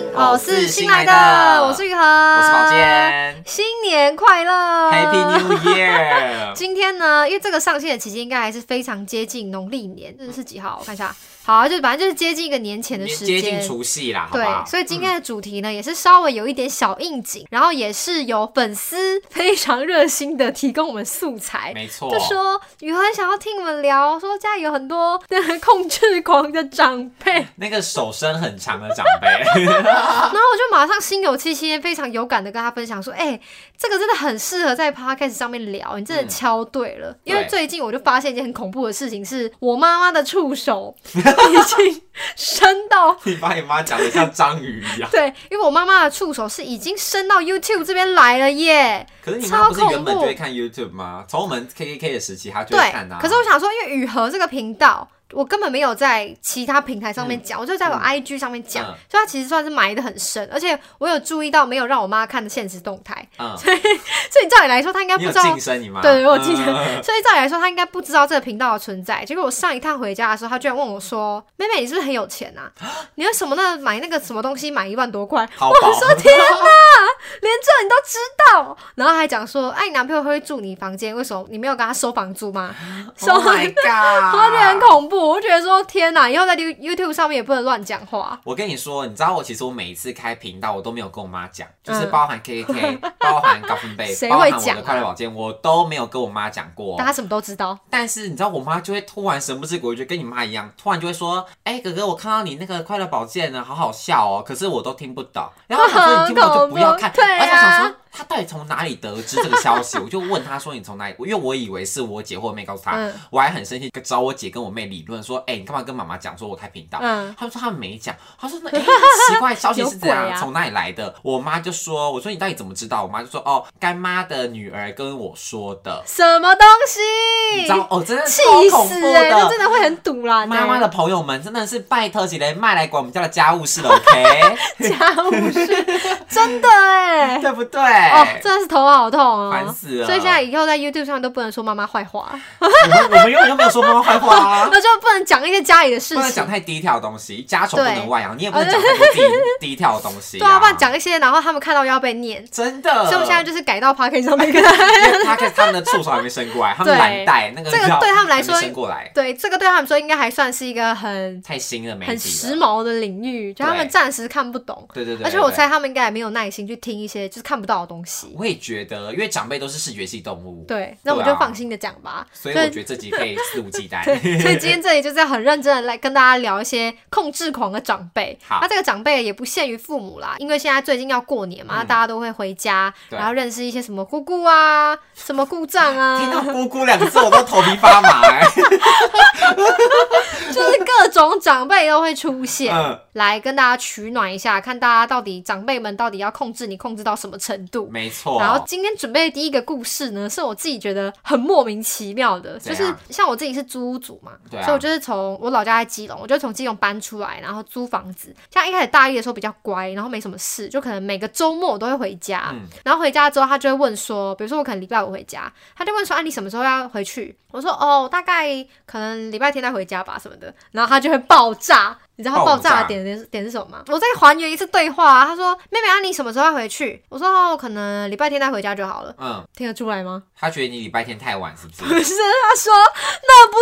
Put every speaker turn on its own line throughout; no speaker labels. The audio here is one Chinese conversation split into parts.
是
新
哦新来
的，
的
我是玉恒，
我
我
是宝。健
新年快乐
，Happy New Year！
呃今天呢，因为这个上线的期间应该还是非常接近农历年，这是几号？我看一下，好啊，就反正就是接近一个年前的时
接近
间。
除夕啦，好不嗯
对
好，？
所以今天的主题呢，也是稍微有一点小应景，然后也是有粉丝非常热心的提供我们素材，
嗯没错
就，说宇恒想要听我们聊，说家里有很多 控制狂的长辈，
那个手伸很长的长辈，
然后我就马上心有戚戚，非常有感的跟他分享说：“哎、这个真的很适合在 podcast 上面聊，你真的
嗯
敲对了。因为
对
最近我就发现一件很恐怖的事情是，我妈妈的触手已经伸到。
你把你妈讲的像章鱼一样。
对，因为我妈妈的触手是已经伸到 YouTube 这边来了耶。
可是你妈不是
超恐怖
原本就会看 YouTube 吗？从我们 KKK 的时期，她就会
对
看啊。，
可是我想说，因为雨禾这个频道，我根本没有在其他平台上面讲，我就在我
嗯
IG 上面讲，
嗯
所以它其实算是埋的很深，而且我有注意到没有让我妈看的现实动态，
嗯，
所以照理来说，她应该不
你有
知道
晋升你妈？
对我有晋升
嗯
所以照理来说，他应该不知道这个频道的存在。结果我上一趟回家的时候，他居然问我说：“妹妹，你是不是很有钱 啊？你为什么那买那个什么东西买一万多块？
好饱，，Oh
连这你都知道？”然后还讲说：“哎、你男朋友会住你房间，为什么你没有跟他收房租吗？” 收
Oh
我
my
觉得很
god！
恐怖，我觉得说天哪，以后在 You YouTube 上面也不能乱讲话。
我跟你说，你知道我其实我每一次开频道，我都没有跟我妈讲，就是
嗯
包含 KKK，包含高分贝，
谁
包
会
含我
讲
的
啊
快乐宝剑，我都没有跟我妈讲过哦
大。家什么都知道，
但是你知道，我妈就会突然神不知鬼不觉，跟你妈一样，突然就会说：“哎、哥哥，我看到你那个快乐宝剑呢，好好笑哦。”可是我都听不懂。然后我想说：“你听不懂就不要
好恐
看。
怖对啊
而且我想说，她到底从哪里得知这个消息？我就问她说：“你从哪里？”因为我以为是我姐或我妹告诉她，
嗯
我还很生气，找我姐跟我妹理论说：“哎、你干嘛跟妈妈讲说我开频道？”
嗯，
他们说他们没讲，他说那、欸、奇怪消息是怎
有鬼
样
啊
从、哪里来的？我妈就说，我说你到底怎么知道？我妈就说哦，干妈的女儿跟我说的，
什么东
你
西
知？道哦，真的
气
超恐
死
怖
哎、欸，那
的
真。的会很堵啦、欸。
妈妈的朋友们真的是拜特起来卖来管我们家的家务事了，OK，
家务 事，真的哎、
对不对？
哦，真的是头好痛哦，
烦死了
所以现在以后在 YouTube 上都不能说妈妈坏话，
我们我们永远都没有说妈妈坏话 啊，
那就不能讲一些家里的事
不能
情
讲。太低调的东西，家丑不能
对
外扬，你也不能讲太多低低调的东西、
对啊，不然讲一些，然后他们看到要被念。
真的。
所以我现在就是改到 p o c k e t 上 面跟他。
因为他看他们的触手还没伸 过来，他们
对
蓝带那个
这个
叫
对他们来
还没
说
伸过来
对，这个对他们说应该还算是一个很
太新了，媒体
很
了
时。髦的领域，就他们
对
暂时看不懂。
对对对，
而且我
对
猜，他们应该也没有耐心去听一些就是看不到的东西。
我也觉得，因为长辈都是视觉系动物，
对，那我们
对啊
就放心的讲吧。
所以我觉得这集可以肆无忌惮。
对，所以今天这里就是要很认真的来跟大家聊一些控制狂的长辈。
好
那这个长辈也不限于父母啦，因为现在最近要过年嘛，
嗯
那大家都会回家，
对
然后认识一些什么姑姑啊、什么姑丈
听到
啊，
“姑姑”两个字，我都头皮发麻、哎
就是各种长辈都会出现。
嗯，
来跟大家取暖一下，看大家到底长辈们到底要控制你控制到什么程度。
没错。
然后今天准备的第一个故事呢，是我自己觉得很莫名其妙的，
怎
就
样
是像我自己是租屋族嘛，
对啊
所以我就是从我老家在基隆，我就从基隆搬出来，然后租房子。像一开始大一的时候比较乖，然后没什么事，就可能每个周末我都会回家。
嗯
然后回家之后，他就会问说，比如说我可能礼拜五回家，他就问说啊你什么时候要回去？我说哦，大概可能礼拜天再回家吧什么的。然后他就会爆炸，你知道他
爆
爆
炸
炸的点点是点是什么吗？我再还原一次对话、啊，他说妹妹啊你什么时候要回去？我说哦，可能礼拜天再回家就好了。
嗯，
听得出来吗？
他觉得你礼拜天太晚，是不
不
是？
是，他说那不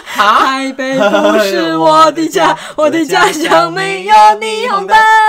是你的家。
好，
台北
他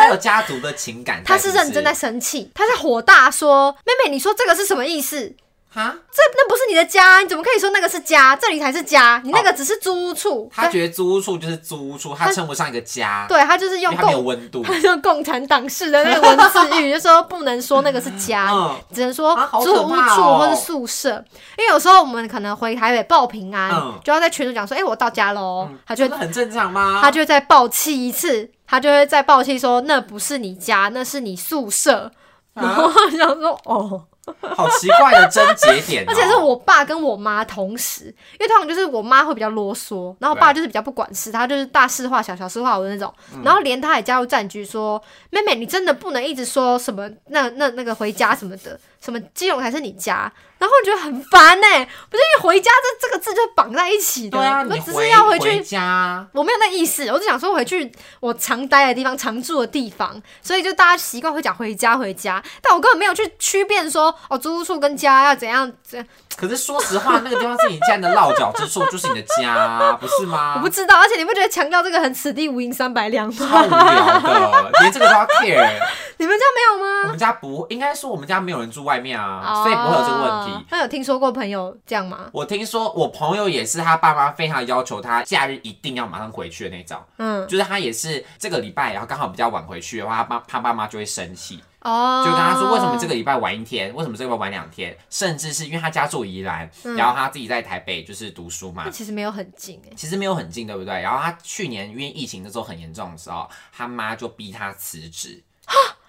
有家族的情感在，
他是认真在生气，他在火大说：“妹妹，你说这个是什么意思？
哈，
这 那不是你的家，你怎么可以说那个是家？这里才是家，你那个只是租屋处。
哦他觉得租屋处就是租屋处，他
他
称不上一个家，
对他就是
因
用
为他没有
共，
温度。
他用共产党式的那个文字狱，就说不能说那个是家，
嗯，
只能说
啊好
租
可
屋
怕
处
哦
或是宿舍，因为有时候我们可能回台北报平安，
嗯
就要在群主讲说，哎、我到家喽，他就
这很正常吗？
他就会再爆气一次，他就会
啊
再爆气说那不是你家，那是你宿舍。然后我想说哦，
好奇怪的症结点、哦。
而且是我爸跟我妈同时，因为通常就是我妈会比较啰嗦，然后我爸就是比较不管事，他就是大事化小，小事化无的那种。
嗯
然后连他也加入战局说：“妹妹，你真的不能一直说什么那那那个回家什么的，什么基隆才是你家。”然后我觉得很烦呢、欸不是因为回家这这个字就绑在一起的，
对啊，
我
你
只是要
回
去
回家，
我没有那意思，我只想说回去我常待的地方、常住的地方，所以就大家习惯会讲回家回家，但我根本没有去区辨说哦租屋处跟家要怎样怎样，
可是说实话，那个地方是你家的落脚之处，就是你的家啊，不是吗？
我不知道，而且你不觉得强调这个很此地无银三百两
超
吗？
无聊的，连这个 都要 care。
你们家没有吗？
我们家不，应该说我们家没有人住外面啊，
哦
所以不会有这个问题。。
那有听说过朋友这样吗？
我听说我朋友也是，他爸妈非常要求他假日一定要马上回去的那种，
嗯，
就是他也是这个礼拜，然后刚好比较晚回去的话，他爸他爸妈就会生气，
哦，
就跟他说为什么这个礼拜晚一天，为什么这个礼拜晚两天，甚至是因为他家住宜兰，
嗯
然后他自己在台北就是读书嘛
那，其实没有很近哎、
其实没有很近，对不对？然后他去年因为疫情那时候很严重的时候，他妈就逼他辞职，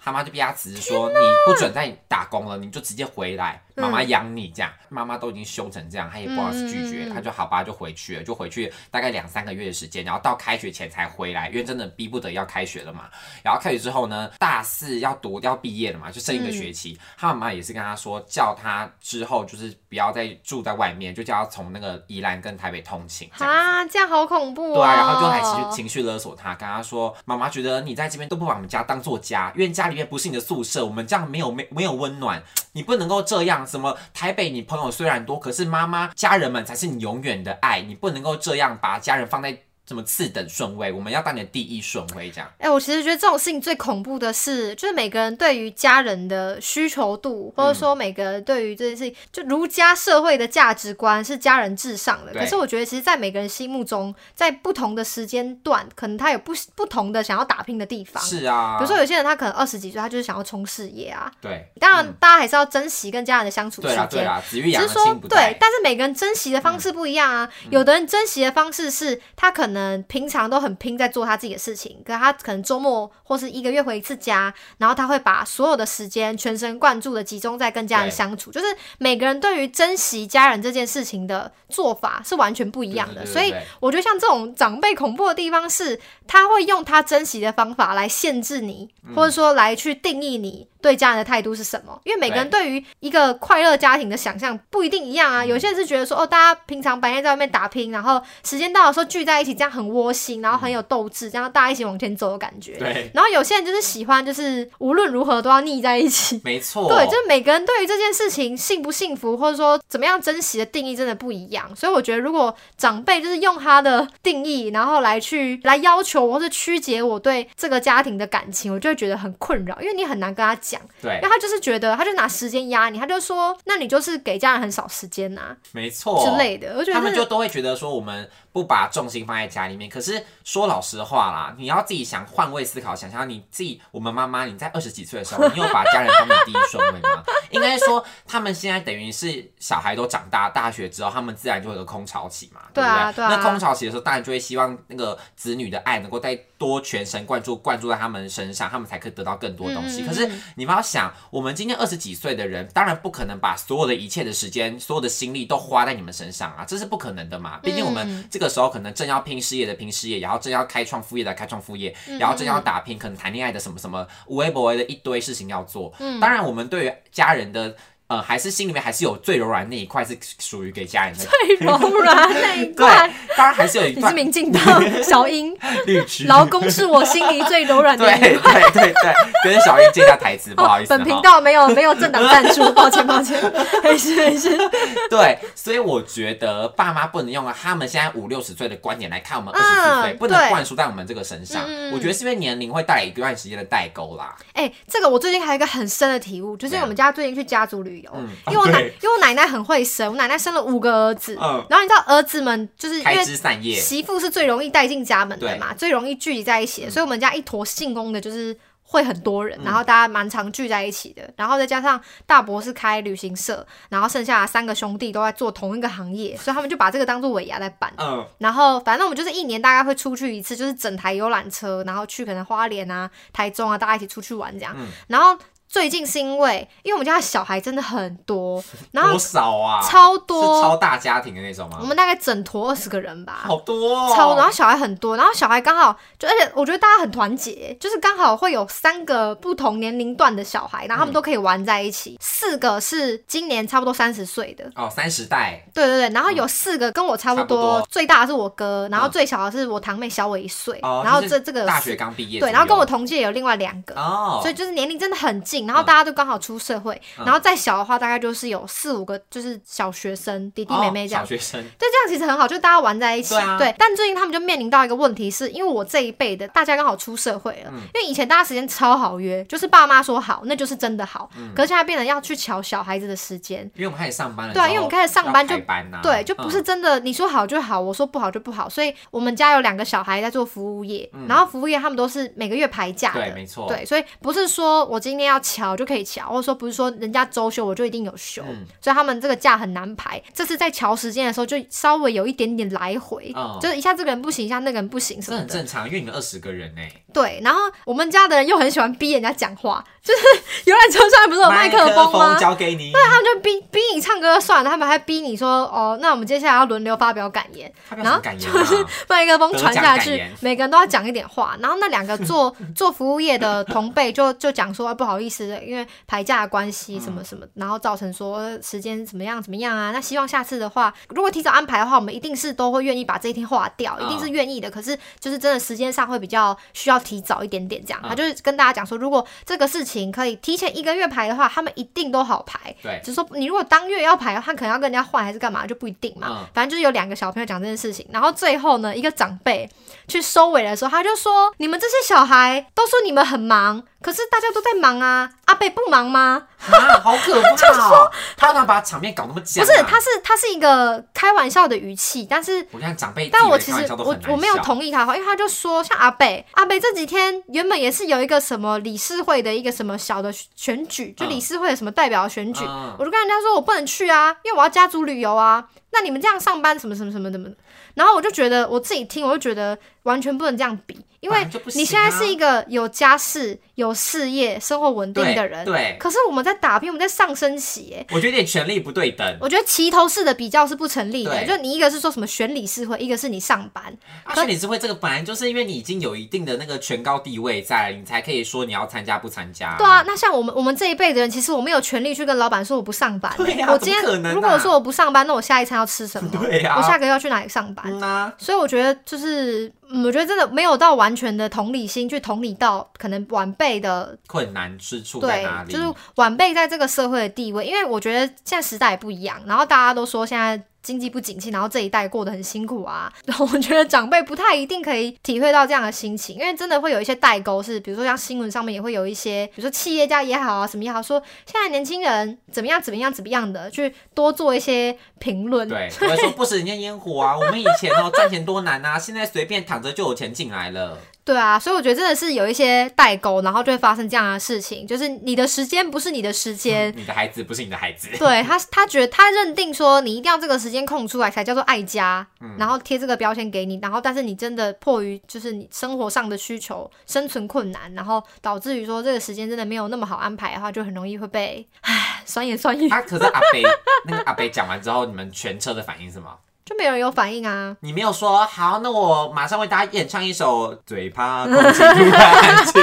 他妈就逼他辞职说你不准再打工了，你就直接回来，妈妈养你这样。妈妈都已经凶成这样，他也不好意思拒
嗯
绝，
嗯嗯
他就好吧，就回去了，就回去大概两三个月的时间，然后到开学前才回来，因为真的逼不得要开学了嘛。然后开学之后呢，大四要读要毕业了嘛，就剩一个学期。他妈妈也是跟他说，叫他之后就是不要再住在外面，就叫他从那个宜兰跟台北通勤这样子。
啊，这样好恐怖哦！
对啊，然后就还情绪情绪勒索他，跟他说：“妈妈觉得你在这边都不把我们家当做家，因为家里面不是你的宿舍，我们这样没有没没有温暖，你不能够这样。什么台北你朋友虽然多，可是妈妈家人们才是你永远的爱，你不能够这样把家人放在什么次等顺位，我们要当你的第一顺位这样。
哎、我其实觉得这种事情最恐怖的是，就是每个人对于家人的需求度，或者
嗯
说每个人对于这件事情，就儒家社会的价值观是家人至上的。
对
可是我觉得，其实，在每个人心目中，在不同的时间段，可能他有不不同的想要打拼的地方。
是啊，
比如说，有些人他可能二十几岁，他就是想要冲事业啊。
对
当然，大家还是要珍惜跟家人的相处时
嗯对啦对
间。
啦，子欲
只
养
是
而
说
亲不嗯
对
待，。
但是每个人珍惜的方式不一样啊。有的人珍惜的方式是他可能平常都很拼在做他自己的事情，可他可能周末或是一个月回一次家，然后他会把所有的时间全神贯注的集中在跟家人
对
相处。就是每个人对于珍惜家人这件事情的做法是完全不一样的，
对对对
所以
对对
我觉得像这种长辈恐怖的地方是，他会用他珍惜的方法来限制你，或者说来去定义你对家人的态度是什么。因为每个人对于一个快乐家庭的想象不一定一样啊。有些人是觉得说，哦，大家平常白天在外面打拼，然后时间到的时候聚在一起，这样很窝心，然后很有斗志，这样大家一起往前走的感觉。
对，
然后有些人就是喜欢，就是无论如何都要腻在一起。
没错，
对，就是每个人对于这件事情幸不幸福，或者说怎么样珍惜的定义真的不一样。所以我觉得，如果长辈就是用他的定义，然后来去来要求我或是曲解我对这个家庭的感情，我就会觉得很困扰，因为你很难跟他讲，因
对
为，他就是觉得他就拿时间压你，他就说，那你就是给家人很少时间呐、
没错
之类的。我觉得
哦他们
这
就都会觉得说我们不把重心放在家里面。可是说老实话啦，你要自己想换位思考，想想你自己，我们妈妈你在二十几岁的时候，你有把家人当你第一顺位吗？ 应该说他们现在等于是小孩都长大，大学之后他们自然就有个空巢期嘛，
对啊
不
对啊
那空巢期的时候，当然就会希望那个子女的爱能够再多全神贯注灌注在他们身上，他们才可以得到更多东
嗯
西。
嗯嗯
可是你们要想，我们今天二十几岁的人，当然不可能把所有的一切的时间、所有的心力都花在你们身上啊，这是不可能的
嗯
嘛。毕竟我们这个时候可能正要拼事业的拼事业，然后正要开创
嗯
副业的开创副业，然后正要打拼，可能谈恋爱的什么什么无微不微的一堆事情要做。
嗯
当然我们对于家人的。呃，还是心里面还是有最柔软那一块是属于给家人的，
最柔软那一
对
块。，
当然还是有一
你是
段
民进 党小英，
绿区，
劳工是我心里最柔软的
对
一
对对对，跟小英借一下 台词，不好意思，
哦本频
哈
道没有 没有政党赞 助，抱歉抱歉，没事没事。
对，所以我觉得爸妈不能用他们现在五六十岁的观点来看我们
嗯
二十四岁，不
对
能灌输在我们这个身上
嗯嗯嗯。
我觉得是因为年龄会带来一段时间的代沟啦。
哎、这个我最近还有一个很深的体悟，就是
怎样
我们家最近去家族旅游，
嗯
因为我
啊
奶
对
因为我奶奶很会生，我奶奶生了五个儿子，
嗯
然后你知道儿子们就是因
开
为
枝散叶，
媳妇是最容易带进家门的嘛，最容易聚集在一起的，所以我们家一坨姓翁的，就是会很多人，然后大家蛮常聚在一起的，然后再加上大伯是开旅行社，然后剩下三个兄弟都在做同一个行业，所以他们就把这个当做尾牙在办。
嗯，
然后反正我们就是一年大概会出去一次，
嗯
就是整台游览车，然后去可能花莲啊、台中啊，大家一起出去玩这样。然后最近是因为，因为我们家的小孩真的很多，然后
多少啊？
超
是超
多，
大家庭的那种吗
我？们大概整坨二十个人吧，
好多、哦，
超，然后小孩很多，然后小孩刚好就，而且我觉得大家很团结，就是刚好会有三个不同年龄段的小孩，然
嗯
后他们都可以玩在一起。四个是今年差不多三十岁的，
哦，三十代，
对对对，然后有四个跟我差不
嗯差不
多，
多
最大的是我哥，然后
嗯
最小的是我堂妹，小我一岁，
哦，
然后
就是
这这个有
大
四
学刚毕业左
对，
右，
然后跟我同届有另外两个。
哦，
所以就是年龄真的很近，然后
嗯
大家都刚好出社会，
嗯
然后再小的话大概就是有四五个，就是小学生弟弟妹妹这样
哦、小。学生
对，这样其实很好，就大家玩在一起。
对啊
但最近他们就面临到一个问题是，因为我这一辈的大家刚好出社会
嗯
了，因为以前大家时间超好约，就是爸妈说好，那就是真的好。
嗯
可是现在变得要去瞧小孩子的时间，
因为我们开始上班了之
对
后，
啊因为我们开始上班就
要排班呐、啊嗯
对，就不是真的，你说好就好，我说不好就不好。所以我们家有两个小孩在做服务业，然后服务业他们都是每个月排假
嗯、对，
的。
没错，
对，所以不是说我今天要瞧就可以瞧，或者说不是说人家周休我就一定有休，
嗯
所以他们这个假很难排。这次在瞧时间的时候，就稍微有一点点来回，
嗯
就是一下这个人不行，一下那个人不行什
这
么
很
的。
正常，因为你们二十个人呢、
对，然后我们家的人又很喜欢逼人家讲话，就是 游览车上面不是有麦克风吗？啊
交给你，
他们就逼逼你唱歌就算了，他们还逼你说哦，那我们接下来要轮流发表感言，
他们有什么感言啊？
麦克风传下
得奖感
去
言，
每个人都要讲一点话。然后那两个 做做服务业的同辈就就讲说、啊不好意思，因为排假的关系什么什
嗯
么，然后造成说呃时间怎么样怎么样啊。那希望下次的话，如果提早安排的话，我们一定是都会愿意把这一天划掉，
嗯
一定是愿意的。可是就是真的时间上会比较需要提早一点点这样。
嗯
他就是跟大家讲说，如果这个事情可以提前一个月排的话，他们一定都好排。
对，
只是说你如果当月要排，他可能要跟人家换还是干嘛，就不一定嘛。
嗯
反正就是有两个小朋友讲这件事情，然后最后呢，一个长辈去收尾的时候，他就说：“你们这些小孩都说你们很忙，可是大家都在忙啊，阿贝不忙吗？”
啊，好可怕哦！他要把场面搞那么僵、
不
啊，嗯
是，他是他是一个开玩笑的语气，但是。
我看长辈自
但
以
我
为
其
开玩
实
笑都
我
很难笑，
我没有同意他的话，因为他就说像阿贝，阿贝这几天原本也是有一个什么理事会的一个什么小的选举，就
嗯
理事会的什么代表选举，
嗯
我就跟人家说我不能去啊，因为我要家族旅游啊。那你们这样上班什么什么什么什么的，然后我就觉得我自己听，我就觉得完全不能这样比，因
本
为
来就不行啊
你现在是一个有家室、有事业、生活稳定
对
的人，
对，
可是我们在打拼，我们在上升期耶。
我觉得有点权力不对等。
我觉得齐头式的比较是不成立的，
对
就你一个是说什么选理事会，一个是你上班，
而且你是会这个，本来就是因为你已经有一定的那个权高地位在了，你才可以说你要参加不参加。
对啊，那像我们我们这一辈的人，其实我没有权利去跟老板说我不上班欸、
对啊
我今天
怎么可能啊
如果我说我不上班，那我下一餐要吃什么？
对啊
我下个月要去哪里上班？
嗯啊，
所以我觉得就是，嗯我觉得真的没有到完全的同理心去同理到可能晚辈的
困难之处在
对
哪，里？
就是晚辈在这个社会的地位，因为我觉得现在时代也不一样，然后大家都说现在。经济不景气，然后这一代过得很辛苦啊。 然后我觉得长辈不太一定可以体会到这样的心情，因为真的会有一些代沟是，比如说像新闻上面也会有一些，比如说企业家也好啊，什么也好，说现在年轻人怎么样怎么样怎么样的，去多做一些评论。
对，我会说不食人间烟火啊！我们以前哦 赚钱多难啊，现在随便躺着就有钱进来了。
对啊，所以我觉得真的是有一些代沟，然后就会发生这样的事情，就是你的时间不是你的时间，
你的孩子不是你的孩子，
对他，他觉得他认定说你一定要这个时间空出来才叫做爱家，
嗯
然后贴这个标签给你，然后但是你真的迫于就是你生活上的需求、生存困难，然后导致于说这个时间真的没有那么好安排的话，就很容易会被唉酸言酸语，
啊，可是阿北 那个阿北讲完之后，你们全车的反应是什么？
就没有人有反应啊。
你没有说好，那我马上为大家演唱一首《嘴巴空气突 然安静》，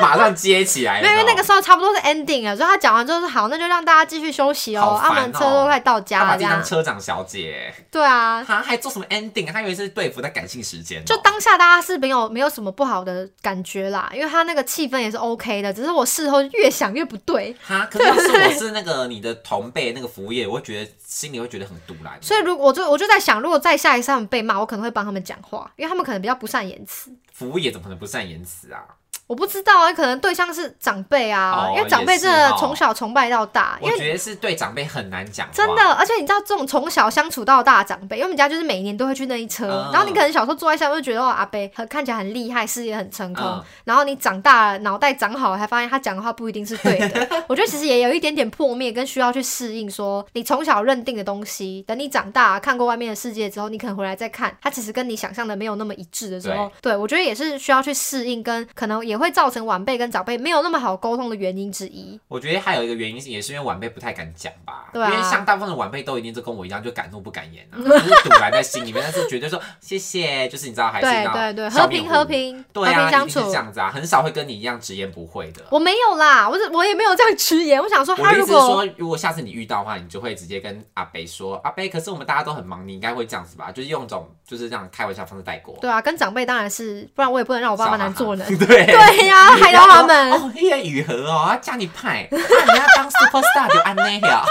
马上接起来。
没有，因
有
为
没
那
有
个时候差不多是 ending 了，所以他讲完之后说好，那就让大家继续休息
好
哦，
烦
他们车都快到家
他把
了，
自
这
己当
样
车长小姐，
对啊，
他还做什么 ending？他以为是对付在感性时间哦、
就当下大家是没有没有什么不好的感觉啦，因为他那个气氛也是 OK 的，只是我事后越想越不对。
哈，可是要是我是那个你的同辈那个服务业，我会觉得心里会觉得很堵然。
所以如果我就我就在想，如果再下一次他们被骂，我可能会帮他们讲话，因为他们可能比较不善言辞。
服务业怎么可能不善言辞啊？
我不知道啊，可能对象是长辈啊，
哦
因为长辈真
也
的
是哦
从小崇拜到大，因
我
为
觉得是对长辈很难讲话，
真的，而且你知道这种从小相处到大的长辈，因为我们家就是每年都会去那一车，
嗯
然后你可能小时候坐在下面就觉得哦阿伯很看起来很厉害，事业很成功，
嗯
然后你长大了脑袋长好了，才发现他讲的话不一定是对 的。我觉得其实也有一点点破灭，跟需要去适应说。你从小认定的东西，等你长大看过外面的世界之后，你可能回来再看，它其实跟你想象的没有那么一致的时候，对我觉得也是需要去适应，跟可能也也会造成晚辈跟长辈没有那么好沟通的原因之一。
我觉得还有一个原因是，也是因为晚辈不太敢讲吧。
对啊
因为像大部分的晚辈都一定就跟我一样，就敢怒不敢言 啊，就是堵拦在心里面，但是绝对说谢谢，就是你知道还是
对
要
对对，
笑
和
面
平
虎
和。平，
对
和
啊，
平相
一定
处
是这。样子啊，很少会跟你一样直言不讳的。
我没有啦，我只我也没有这样直言。我想说，
我
他
的意
如
思是
果
说，如果下次你遇到的话，你就会直接跟阿北说：“阿北，可是我们大家都很忙，你应该会这样子吧？”就是用一种就是这样开玩笑方式带过。
对啊，跟长辈当然是，不然我也不能让我爸妈难做人。
对啊
对呀、害到他们
哦，那个雨禾哦，要叫你派，那你要当 super star 就安内了，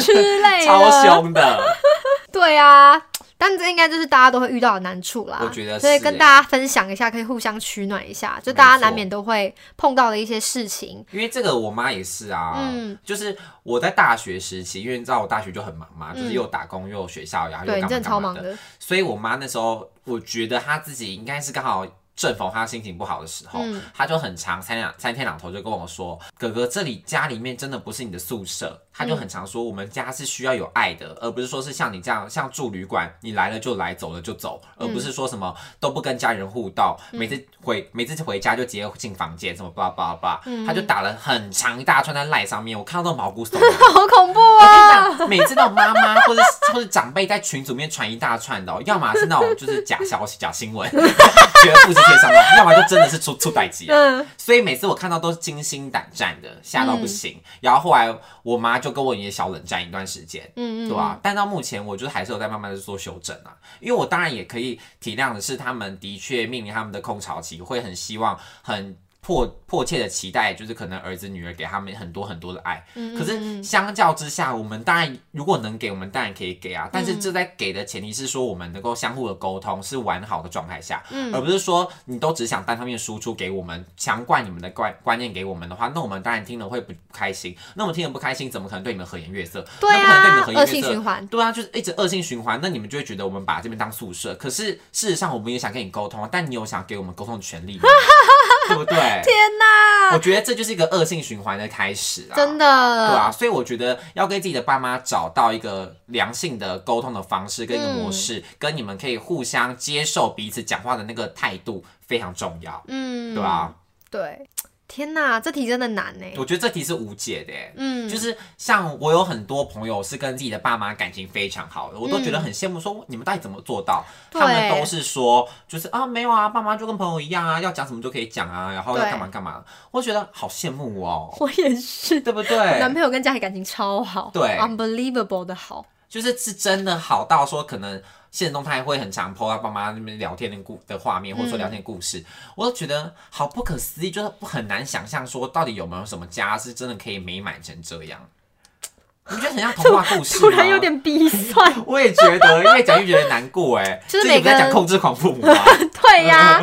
之类的，
超凶的。
对啊，但这应该就是大家都会遇到的难处啦。
我觉得
所以
是
跟
欸
大家分享一下，可以互相取暖一下，就
没
大家难
错
免都会碰到的一些事情。
因为这个我妈也是啊，
嗯
就是我在大学时期，因为你知道我大学就很忙嘛，就是
嗯
又打工又有学校，然后又
对
干
你
嘛
真的超
干嘛
忙
的，
的，
所以我妈那时候，我觉得她自己应该是刚好正逢她心情不好的时候，
嗯
她就很常三两三天两头就跟我说：“哥哥，这里家里面真的不是你的宿舍。”她就很常说：“我们家是需要有爱的，而不是说是像你这样像住旅馆，你来了就来，走了就走，而不是说什么都不跟家人互动，每次回每次回家就直接进房间，什么巴拉巴拉巴拉。她就打了很长一大串在赖上面，我看到都毛骨悚然。
好恐怖
我
啊！
跟你讲，每次那种妈妈或者或者长辈在群组里面传一大串的、哦，要么是那种就是假消息、假新闻， 觉得复制贴上的，要么就真的是出出歹机啊。
嗯，
所以每次我看到都是惊心胆战的，吓到不行。
嗯
然后后来我妈就跟我也小冷战一段时间，
嗯
对啊？但到目前，我就是还是有在慢慢的做修正啊，因为我当然也可以体谅的是，他们的确面临他们的空巢期，会很希望很。迫迫切的期待就是可能儿子女儿给他们很多很多的爱，
嗯
可是相较之下，我们当然如果能给，我们当然可以给
嗯
啊。但是这在给的前提是说，我们能够相互的沟通是完好的状态下，
嗯
而不是说你都只想单方面输出给我们，强灌你们的观观念给我们的话，那我们当然听了会不开心。那我们听了不开心，怎么可能对你们和颜悦色？
对
那不可能对你
啊
们和，
恶
颜悦
性
色
循环。
对啊，就是一直恶性循环，那你们就会觉得我们把这边当宿舍。可是事实上，我们也想跟你沟通，但你有想给我们沟通的权 利吗？对不对？天哪！我觉得这就是一个恶性循环的开始啊！
真
对
的，
啊，所以我觉得要跟自己的爸妈找到一个良性的沟通的方式跟一个模
嗯
式，跟你们可以互相接受彼此讲话的那个态度非常重要，
嗯，
对啊吧？
对，天哪，这题真的难呢。欸
我觉得这题是无解的、欸。
嗯，
就是像我有很多朋友是跟自己的爸妈感情非常好的，我都觉得很羡慕，说你们到底怎么做到？
嗯对
他们都是说，就是啊，没有啊，爸妈就跟朋友一样啊，要讲什么就可以讲啊，然后要
对
干嘛干嘛，我觉得好羡慕哦，
我也是，
对不
我男
对？
朋友跟家里感情超好，
对
，unbelievable 的好。
就是是真的好到说，可能现实动态会很常 po 他爸妈那边聊天的故的画面，或者说聊天的故
嗯
事，我都觉得好不可思议，就是很难想象说到底有没有什么家是真的可以美满成 这样。你不觉得很像童话故事吗？
突然有点鼻酸，
我也觉得，越讲越觉得难过哎。
就是
最近
每个
不在讲控制狂父母 吗？
对 呀、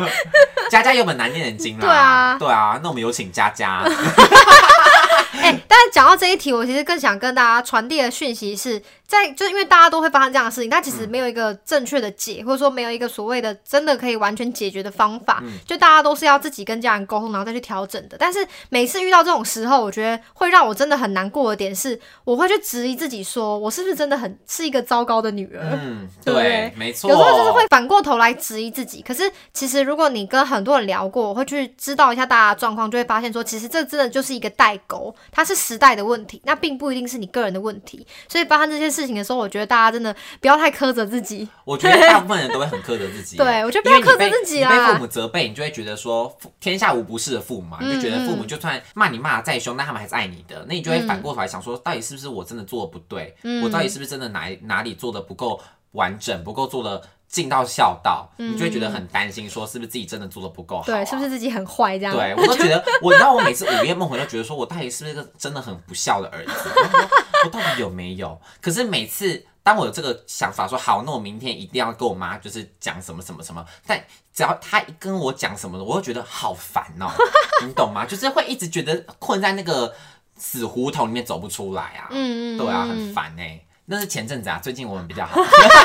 家家有本难念的经啦。
对啊
对啊。那我们有请家家。
哎、但是讲到这一题，我其实更想跟大家传递的讯息是在，就是因为大家都会发生这样的事情，但其实没有一个正确的解，或者说没有一个所谓的真的可以完全解决的方法，
嗯
就大家都是要自己跟家人沟通，然后再去调整的。但是每次遇到这种时候，我觉得会让我真的很难过的点是，我会去质疑自己说，我是不是真的很是一个糟糕的女儿？
嗯，
对不
对
对，
没错。
有时候就是会反过头来质疑自己。可是其实如果你跟很多人聊过，会去知道一下大家的状况，就会发现说，其实这真的就是一个代沟，它是时代的问题，那并不一定是你个人的问题。所以发生这些事情的时候，我觉得大家真的不要太苛责自己。
我觉得大部分人都会很苛责自 己。
对我觉得不
因
要
为你
苛责
被
自己啊
你被父
啦
母。责备，你就会觉得说父天下无不是的父母嘛，你就觉得父母
嗯
就算骂你骂的再凶，但他们还是爱你的。那你就会反过头来想说，到底是不是我真的做的不对？我
嗯
到底是不是真的哪哪里做的不够完整，不够做的尽到孝道？你就会觉得很担心，说是不是自己真的做的不够好啊？
嗯对，是不是自己很坏这样？
对，我都觉得，我你知道，我每次午夜梦回都觉得，说我到底是不是一个真的很不孝的儿子？我就说我到底有没有？可是每次当我有这个想法说，好，那我明天一定要跟我妈就是讲什么什么什么，但只要她一跟我讲什么的，我就觉得好烦哦、 你懂吗？就是会一直觉得困在那个死胡同里面走不出来啊。
嗯，嗯嗯，
对啊，
嗯
很烦哎、那是前阵子啊，最近我们比较好，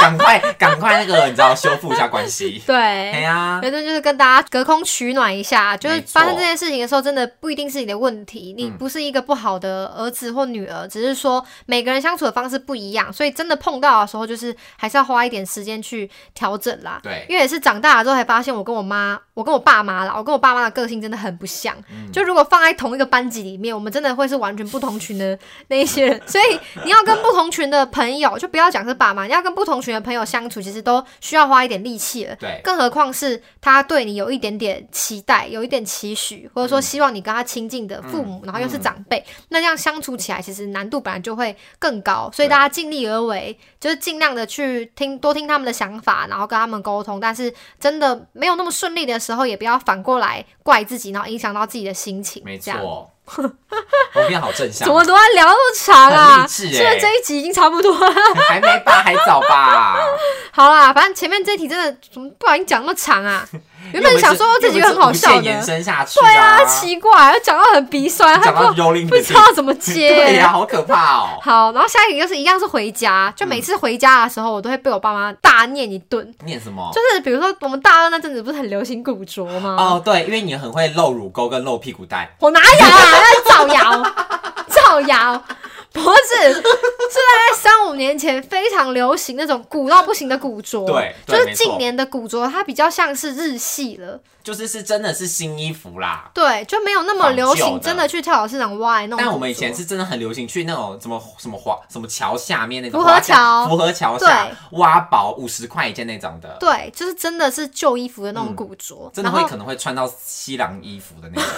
赶快赶快那个你知道修复一下 关系。哎
对，
呀，
反正就是跟大家隔空取暖一下，就是
没错
发生这件事情的时候，真的不一定是你的问题，你
嗯
不是一个不好的儿子或女儿，只是说每个人相处的方式不一样，所以真的碰到的时候，就是还是要花一点时间去调整啦。
对，
因为也是长大了之后才发现，我跟我妈，我跟我爸妈啦，我跟我爸妈的个性真的很不像。
嗯
就如果放在同一个班级里面，我们真的会是完全不同群 的那一些人。所以你要跟不同群的朋友，就不要讲是爸妈，你要跟不同群的朋友相处，其实都需要花一点力气了。
对，
更何况是他对你有一点点期待，有一点期许，或者
嗯
说希望你跟他亲近的父母，然后又是长辈，那这样相处起来其实难度本来就会更高，所以
对
大家尽力而为，就是尽量的去听多听他们的想法，然后跟他们沟通。但是真的没有那么顺利的时候，也不要反过来怪自己，然后影响到自己的心情。
没
这样，
错。我们变好正向
怎，么都在聊那么长啊？
很
是
励
不
志
是
欸
这一集已经差不多了？
还没吧，还早吧。
好啦，反正前面这一题真的怎么不小心讲那么长 啊？ 原本想说这
自
集
己
很好笑的，
延伸下去啊，
啊，奇怪，又讲到很鼻酸，还
讲到
不
幽灵
不
的
知道怎么接。
对呀，好可怕哦。
好，然后下一个就是一样是回家，就
嗯
每次回家的时候，我都会被我爸妈大念一顿。
念什么？
就是比如说，我们大二那阵子不是很流行古着吗？
哦，对，因为你很会露乳沟跟露屁股蛋，
我哪有啊？那是造谣， 造谣，不是，是大概三五年前非常流行那种古到不行的古着。
对
就
对
是
没错
近年的古着，它比较像是日系了，
就是是真的是新衣服啦。
对，就没有那么
仿
流
旧
行，
的
真的去跳蚤市场挖来弄古着。
但我们以前是真的很流行去那种什么什么华什么桥下面那种
福和
华夏
桥
福和桥下挖宝五十块一件那种的，
对，就是真的是旧衣服的那种
嗯
古着，
真的
然
会
后
可能会穿到西洋衣服的 那种，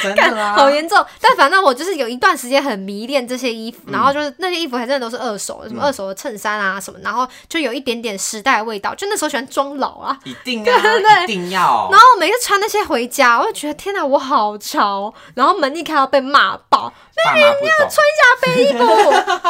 真的啊，
好严重。但反正我就是有一段时间很迷恋这些衣服，
嗯
然后就是那些衣服还真的都是二手的，什么二手的衬衫啊什么，然后就有一点点时代的味道，就那时候喜欢装老啊。
一 定啊，一定要
然。后我每次穿那些回家，我就觉得天哪，我好潮！然后门一开要被骂爆，
爸妈不懂，
穿一下背衣 服，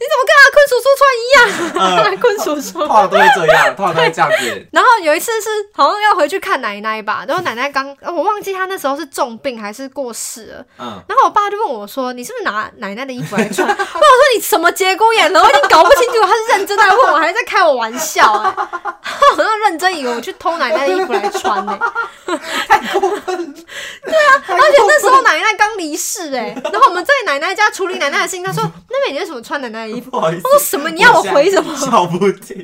你怎么跟阿坤叔叔
嗯
穿一样？坤叔叔
通，常都会这样，通常都会这样子。
然后有一次是好像要回去看奶奶吧，然后奶奶刚、呃我忘记她那时候是重病还是过世了。
嗯，
然后我爸就问我说：“你是不是拿奶奶的衣服来穿？” 我想说：“你什么节骨眼了？我已经搞不清楚他是认真在问我，还是在开我玩笑、欸？” 他好像认真以为我去偷奶奶的衣服来穿 呢、
而
而且那时候奶奶刚离世哎、然后我们在奶奶家处理奶奶的事情，他说：“那边你为什么穿奶奶的衣服
不好意思？”
我，说：“什么？你要我回什么
我现在笑 不停，？”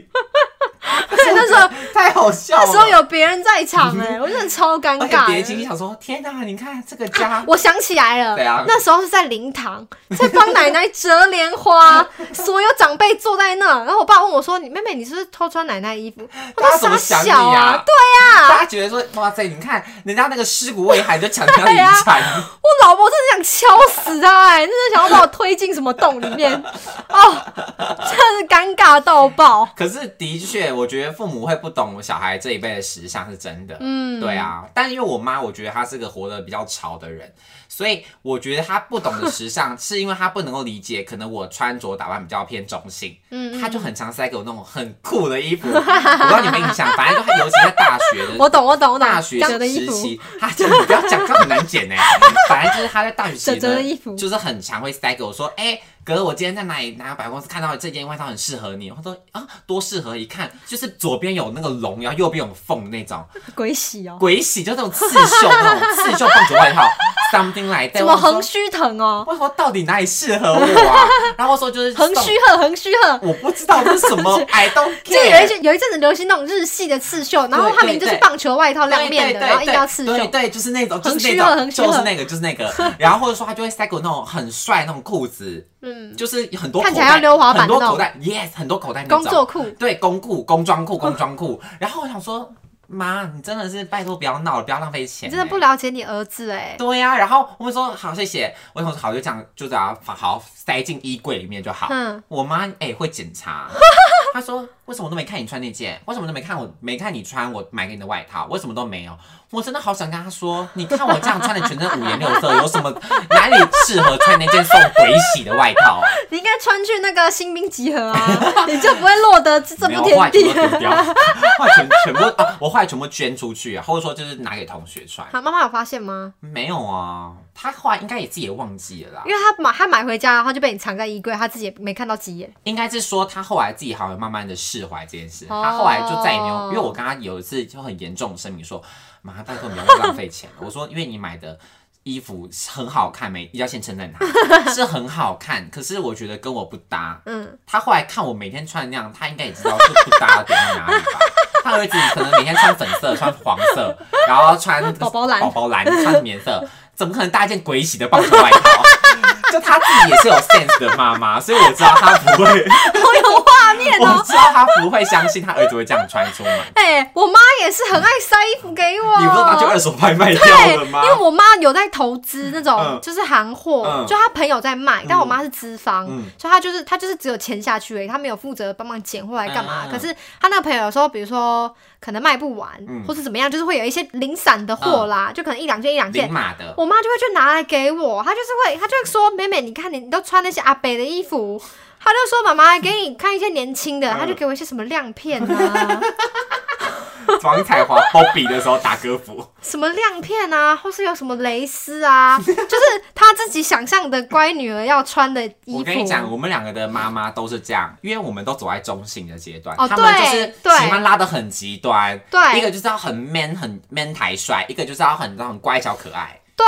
对，那时候
太好笑了。
那时候有别人在场哎、我真的超尴
而且
尬欸
别
的、
人心里想说：天哪、你看这个 家，
我想起来了，
啊对啊
那时候是在灵堂，在帮奶奶折莲 花，所有长辈坐在那，然后我爸问我说：“你妹妹，你是不是偷穿奶奶衣服？”我
大家
说：“
怎么
傻
想你
小啊，
啊？
对
大家觉得说：哇塞，你看人家那个尸骨未寒就抢人家的遗产，
啊我老婆真的想敲死她、哎，真的想要把我推进什么洞里面，哦，真的是尴尬到爆。”
可是的确，我觉得父母会不懂小孩这一辈的时尚是真的。
嗯，
对，啊，但因为我妈，我觉得她是个活得比较潮的人，所以我觉得她不懂得时 尚，是因为她不能够理解，可能我穿着打扮比较偏中性，
嗯，
她就很常塞给我那种很酷的衣服，我不知道你有没有印象，反正就尤其在大学的
我懂，我懂，我懂。
大学
折的衣
时
服，
期，他真的不要讲，这样很难剪呢。 反正就是他在大学时期
折折
呢
的衣服
就是很常会塞给我说，哎、哥，我今天在哪里哪个百货公司看到这件外套很适合你，我说啊，多适合！一看就是左边有那个龙，然后右边有缝的那种
鬼洗哦，
鬼洗，就那种刺绣那种刺绣棒子外套，something like that。
怎么横须藤哦，
我说到底哪里适合我啊？然后我说就是
横须贺，横须贺。
我不知道这是什么，I don't
就有一
care。
阵有一阵子流行那种日系的刺绣，然后
对
它明明
对
就是
对
棒球外套亮
对
面
对
的，
对
然后一定要刺
对
绣。啊
对，就是那种，
很
就
虚
是
贺
那
很
种，
虚贺
就是那个，就是那个。然后或者说他就会塞给我那种很帅那种裤子，
嗯，
就是很多
看起
口
来要
袋
溜滑板
很多
那种
口袋，yes，很多口袋那哎种
工作裤。
对工裤、工装裤、工装裤。然后我想说，妈，你真的是拜托不要闹了，不要浪费钱
你
欸，
真的不了解你儿子 哎、
对呀、然后我们说好，谢谢。我想说好，就这样，就这样，好塞进衣柜里面就好。
嗯
我妈哎、会检查，她说为什么都没看你穿那件，为什么都没看我没看你穿我买给你的外套，为什么都没有？我真的好想跟她说，你看我这样穿的全身五颜六色，有什么哪里适合穿那件送鬼洗的外套？啊
你应该穿去那个新兵集合 啊，你就不会落得这
没
步
有，后来
田
全部
地。
都 丢掉，后来全全部啊，我后来全部捐出去啊，或者说就是拿给同学穿。
好，妈妈有发现吗？
没有啊，他后来应该也自己也忘记了啦
因，为他买他买回家，然后就被你藏在衣柜，他自己也没看到 几眼。
应该是说他后来自己好像慢慢的释怀这件事，
哦
他后来就再也没有，因为我跟他有一次就很严重地声明说，妈拜托你不要浪费钱了，我说因为你买的。衣服很好看，没要先称赞他是很好看，可是我觉得跟我不 搭。
嗯，
他后来看我每天穿那样，他应该也知道是不搭的点在哪里吧？他儿子可能每天穿粉色、穿黄色，然后 穿
宝宝蓝
宝宝蓝穿棉色，怎么可能搭一件鬼洗的棒球外套？ 就他自己也是有 sense 的妈妈，所以我知道他不会，
好有画面
我
哦！
知道他不会相信他儿子会这样穿出门。
哎、我妈也是很爱塞衣服给我。
你不是把就二手拍卖
对，
掉了吗
因？为我妈有在投资那种
嗯
就是行货，
嗯
就她朋友在卖，但我妈是资方，
嗯
所以她就是她就是只有钱下去而已，她没有负责帮忙捡货来干嘛。
嗯嗯嗯
可是她那个朋友有时候，比如说可能卖不完，
嗯
或是怎么样，就是会有一些零散的货啦，就可能一两件一两件
零。码的，
我妈就会去拿来给我，她就是会，她就会说：“妹妹，你看你你都穿那些阿北的衣服。”她就说：“妈妈，给你看一些年轻的。”
嗯
她就给我一些什么亮片 啊，
王彩华 Bobby 的时候打歌服，
什么亮片啊，或是有什么蕾丝 啊，就是她自己想象的乖女儿要穿的衣服。
我跟你讲，我们两个的妈妈都是这样，因为我们都走在中性的阶段，
哦
他们就
对
是
对
喜欢拉的很极端，
对
一个就是要很 man 很 man 台帅，一个就是要很很乖巧可爱，
对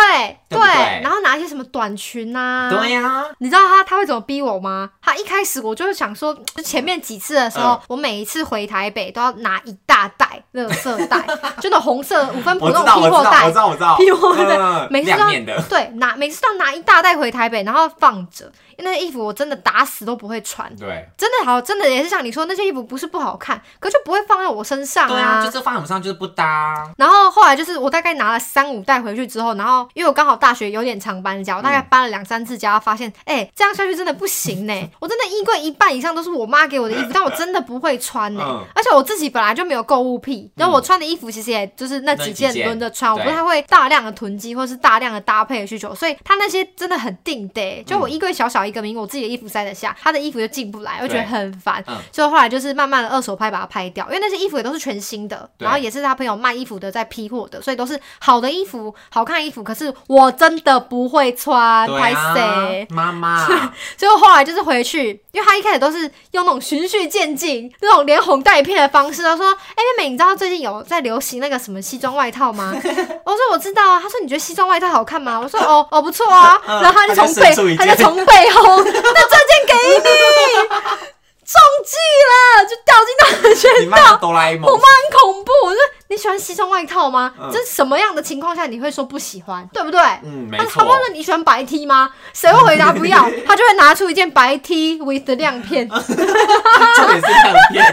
对不对嗯
然后拿一些什么短裙啊，
对呀、
你知道他他会怎么逼我吗？他一开始我就是想说，就前面几次的时候，
嗯
我每一次回台北都要拿一大袋垃圾 袋，就那种红色五分
我
埔
知
那
道，
种批
我知
货
道，
袋
我知，道，我知道，
批货袋
嗯
每次都
亮
要
面的，
对，拿每次都要拿一大袋回台北，然后放着。那衣服我真的打死都不会穿，
对，
真的好，真的也是像你说，那些衣服不是不好看，可就不会放在我身上
对啊，就是放在我们上就是不搭，
然后后来就是我大概拿了三五袋回去之后，然后因为我刚好大学有点常搬家，我大
嗯
概搬了两三次家，发现哎、这样下去真的不行呢、 我真的衣柜一半以上都是我妈给我的衣服，但我真的不会穿呢、
嗯
而且我自己本来就没有购物癖，然后我穿的衣服其实也就是那几件
那几件
轮着穿，我
对
不太会大量的囤积或是大量的搭配的需求，所以他那些真的很定的、就
嗯
我衣柜小小一个明，我自己的衣服塞得下，他的衣服就进不来，我觉得
对
很烦。
嗯
所以后来就是慢慢的二手拍把它拍掉，因为那些衣服也都是全新的，
对
然后也是他朋友卖衣服的在批货的，所以都是好的衣服、好看的衣服。可是我真的不会穿，
对
拍
啊
谁、，
妈妈，
所以我后来就是回去，因为他一开始都是用那种循序渐进、那种连哄带骗的方式，他说：“哎、妹妹，你知道最近有在流行那个什么西装外套 吗？”我说：“我知道啊。”他说：“你觉得西装外套好看吗？”我说：“哦哦，不错 啊。
嗯
然后他就
他
从
就伸出
背，
一
他
件
就从背后，那这件给你。中计了，就掉进他的圈
你妈妈哆啦 A 梦
我，妈很恐怖。我说你喜欢西装外套吗？
嗯
这什么样的情况下你会说不喜欢，对不对？
嗯，没
他啊他
错，
问了你喜欢白 T 吗？谁会回答不要？他就会拿出一件白 T with 亮 片，
重点是 亮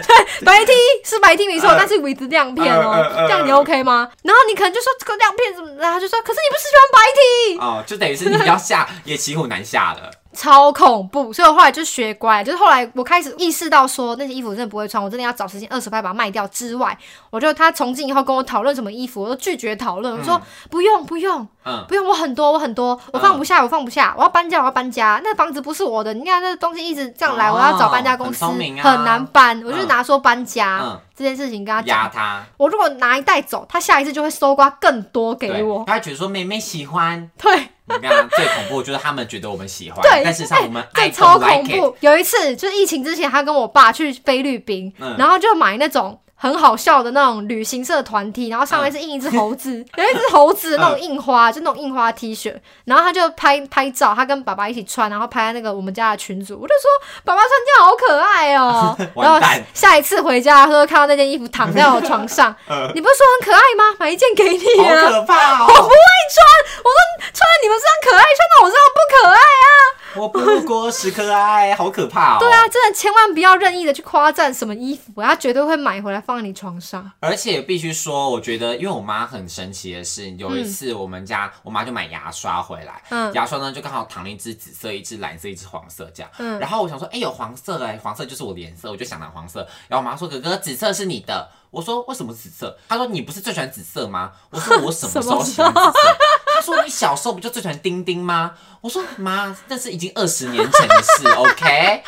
片，
白 T 是白 T 没错，
嗯
但是 with 亮片哦，
嗯嗯嗯
这样你 OK 吗？然后你可能就说这个亮片怎么的，然后他就说可是你不是喜欢白 T，
哦，就等于是你要 下也骑虎难下了，
超恐怖。所以我后来就学乖，就是后来我开始意识到说那些衣服我真的不会穿，我真的要找时间二手拍把它卖掉之外，我就他从今以后跟我讨论什么衣服，我都拒绝讨论，我说、不用不用，
嗯，
不用，我很多，我很多，我放不下，我放不下，我要搬家，我要搬家。那房子不是我的，你看那东西一直这样来，
哦
我要找搬家公司，
很聪明啊
很难搬。我就
嗯
拿说搬家、
嗯
这件事情啊跟他
压
讲，
他，
我如果拿一袋走，他下一次就会搜刮更多给
对
我。
他会觉得说妹妹喜欢。
对
你看，最恐怖就是他们觉得我们喜欢，
对，
但事实上我们
哎
I
这超
don't
恐
like it。
怖。有一次就是疫情之前，他跟我爸去菲律宾，
嗯
然后就买那种。很好笑的那种旅行社团体，然后上面是印一只猴子，有
嗯
一只猴子的那种印花，就那种印花 T 恤，然后他就拍拍照，他跟爸爸一起穿，然后拍在那个我们家的群组，我就说爸爸穿这样好可爱哦、然后
完蛋
下一次回家，他就看到那件衣服躺在我床上，
呃
你不是说很可爱吗？买一件给你
好
啊！
可怕
我不
哦！
会穿，我说 穿在你们身上可爱，穿到我身上不可爱啊！
我不过是可爱，好可怕哦！
对啊，真的千万不要任意的去夸赞什么衣服，他绝对会买回来放在你床上。
而且必须说，我觉得因为我妈很神奇的是，有一次我们家、我妈就买牙刷回来，
嗯
牙刷呢就刚好躺了一只紫色、一只蓝色、一只黄色这样。
嗯
然后我想说，哎、有黄色哎、黄色就是我的颜色，我就想拿黄色。然后我妈说，哥哥，紫色是你的。我说为什么紫色？她说你不是最喜欢紫色吗？我说我什么时候喜欢紫色？他说你小时候不就最喜欢丁丁吗？我说妈，那是已经二十年前的事，OK，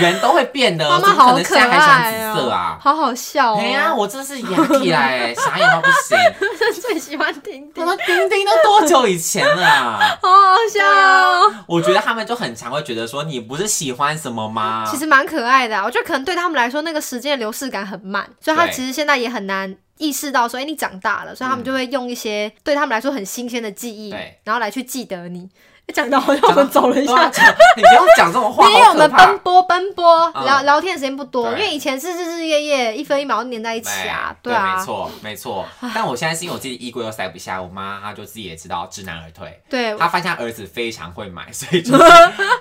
人都会变的，
妈妈
怎么可
好
能
可
现在还喜欢
爱
紫
哦、
色啊？
好好笑哦、
哎呀，我真是压起来，傻眼到不行。
最喜欢丁
我
丁，
说丁丁都多久以前了啊？
好好笑哦、
我觉得他们就很常会觉得说，你不是喜欢什么吗？
其实蛮可爱的、啊，我觉得可能对他们来说，那个时间的流逝感很慢，所以他
对
其实现在也很难意识到说，哎、你长大了，所以他们就会用一些对他们来说很新鲜的记忆
对，
然后来去记得你。哎讲到好像我们走了一
对啊
下，
讲你不要讲这种话，
因为
好
我
可
们
怕
奔。波奔波
嗯
聊聊天的时间不多，因
对
为以前是日日夜夜一分一秒都粘在一起啊，
哎对，
啊
没，错，没错。但我现在是因为我自己衣柜又塞不下，我妈她就自己也知道知难而 退。
对，
她发现她儿子非常会买，所以就是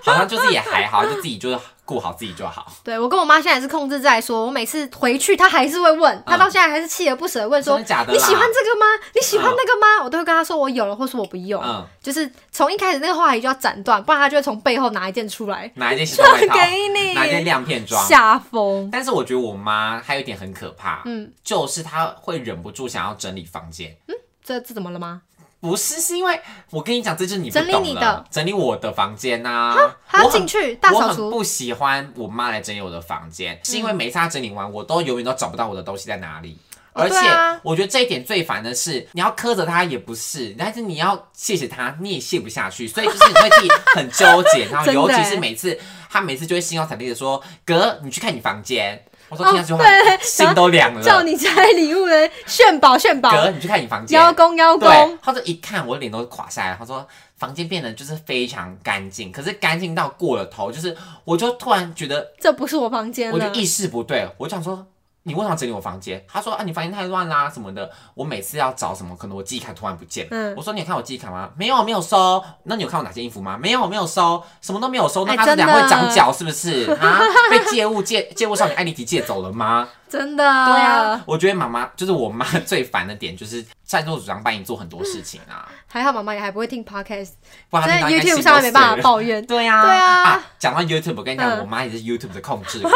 好像就是也还好，就自己就是顾好自己就好。
对我跟我妈现在也是控制在说，我每次回去她还是会问，她到现在还是锲而不舍地问说
真的假的啦？
你喜欢这个吗？你喜欢那个吗？我都会跟他说我有了，或是我不用。
嗯
就是从一开始那个话题就要斩断，不然他就会从背后拿一件出来，
哪一件西装外套？
给
哪一件
你
亮片装？
下风。
但是我觉得我妈还有一点很可怕，
嗯，
就是她会忍不住想要整理房间。
这这怎么了吗？
不是，是因为我跟你讲，这就是你不
整理
懂
你的
了整理我的房间呐、啊。
他
我
要
很
进去大
我
扫
很
除，嗯
不喜欢我妈来整理我的房间，是因为每次她整理完，我都永远都找不到我的东西在哪里。
哦
而且
对啊
我觉得这一点最烦的是，你要苛责她也不是，但是你要谢谢她，你也谢不下去，所以就是你会自己很纠 结。然后
真的
尤其
欸
是每次她每次就会兴高采烈的说：“哥，你去看你房间。”我说：“
哦
听到这句话
对，
心都凉
叫
了。”
你家礼物的炫宝炫宝，
哥，你去看你房间。
邀功邀
对
功，，
他说一看我脸都垮下来，他说房间变得就是非常干净，可是干净到过了头，就是我就突然觉得，
这不是我房间
我就
了。
意识不对，我就想说。你为什么要整理我房间？他说啊，你房间太乱啦、什么的。我每次要找什么，可能我记忆卡突然不见。
嗯
我说你有看我记忆卡吗？没有，没有收。那你有看我哪件衣服吗？没有，没有收，什么都没有收。那
哎
他是
真
两
的
会长脚是不是？啊，被借物借 借物少女艾丽缇借走了吗？
真的，
对啊，，我觉得妈妈就是我妈最烦的点就是擅作主张帮你做很多事情啊。
还好妈妈也还不会听 podcast，
不然
在
他平常应该
YouTube
心
上面
都
没办
碎
法
了
抱怨。
对呀、
对啊
讲到 YouTube，我跟你讲，
嗯
我妈也是 YouTube 的控制 狂。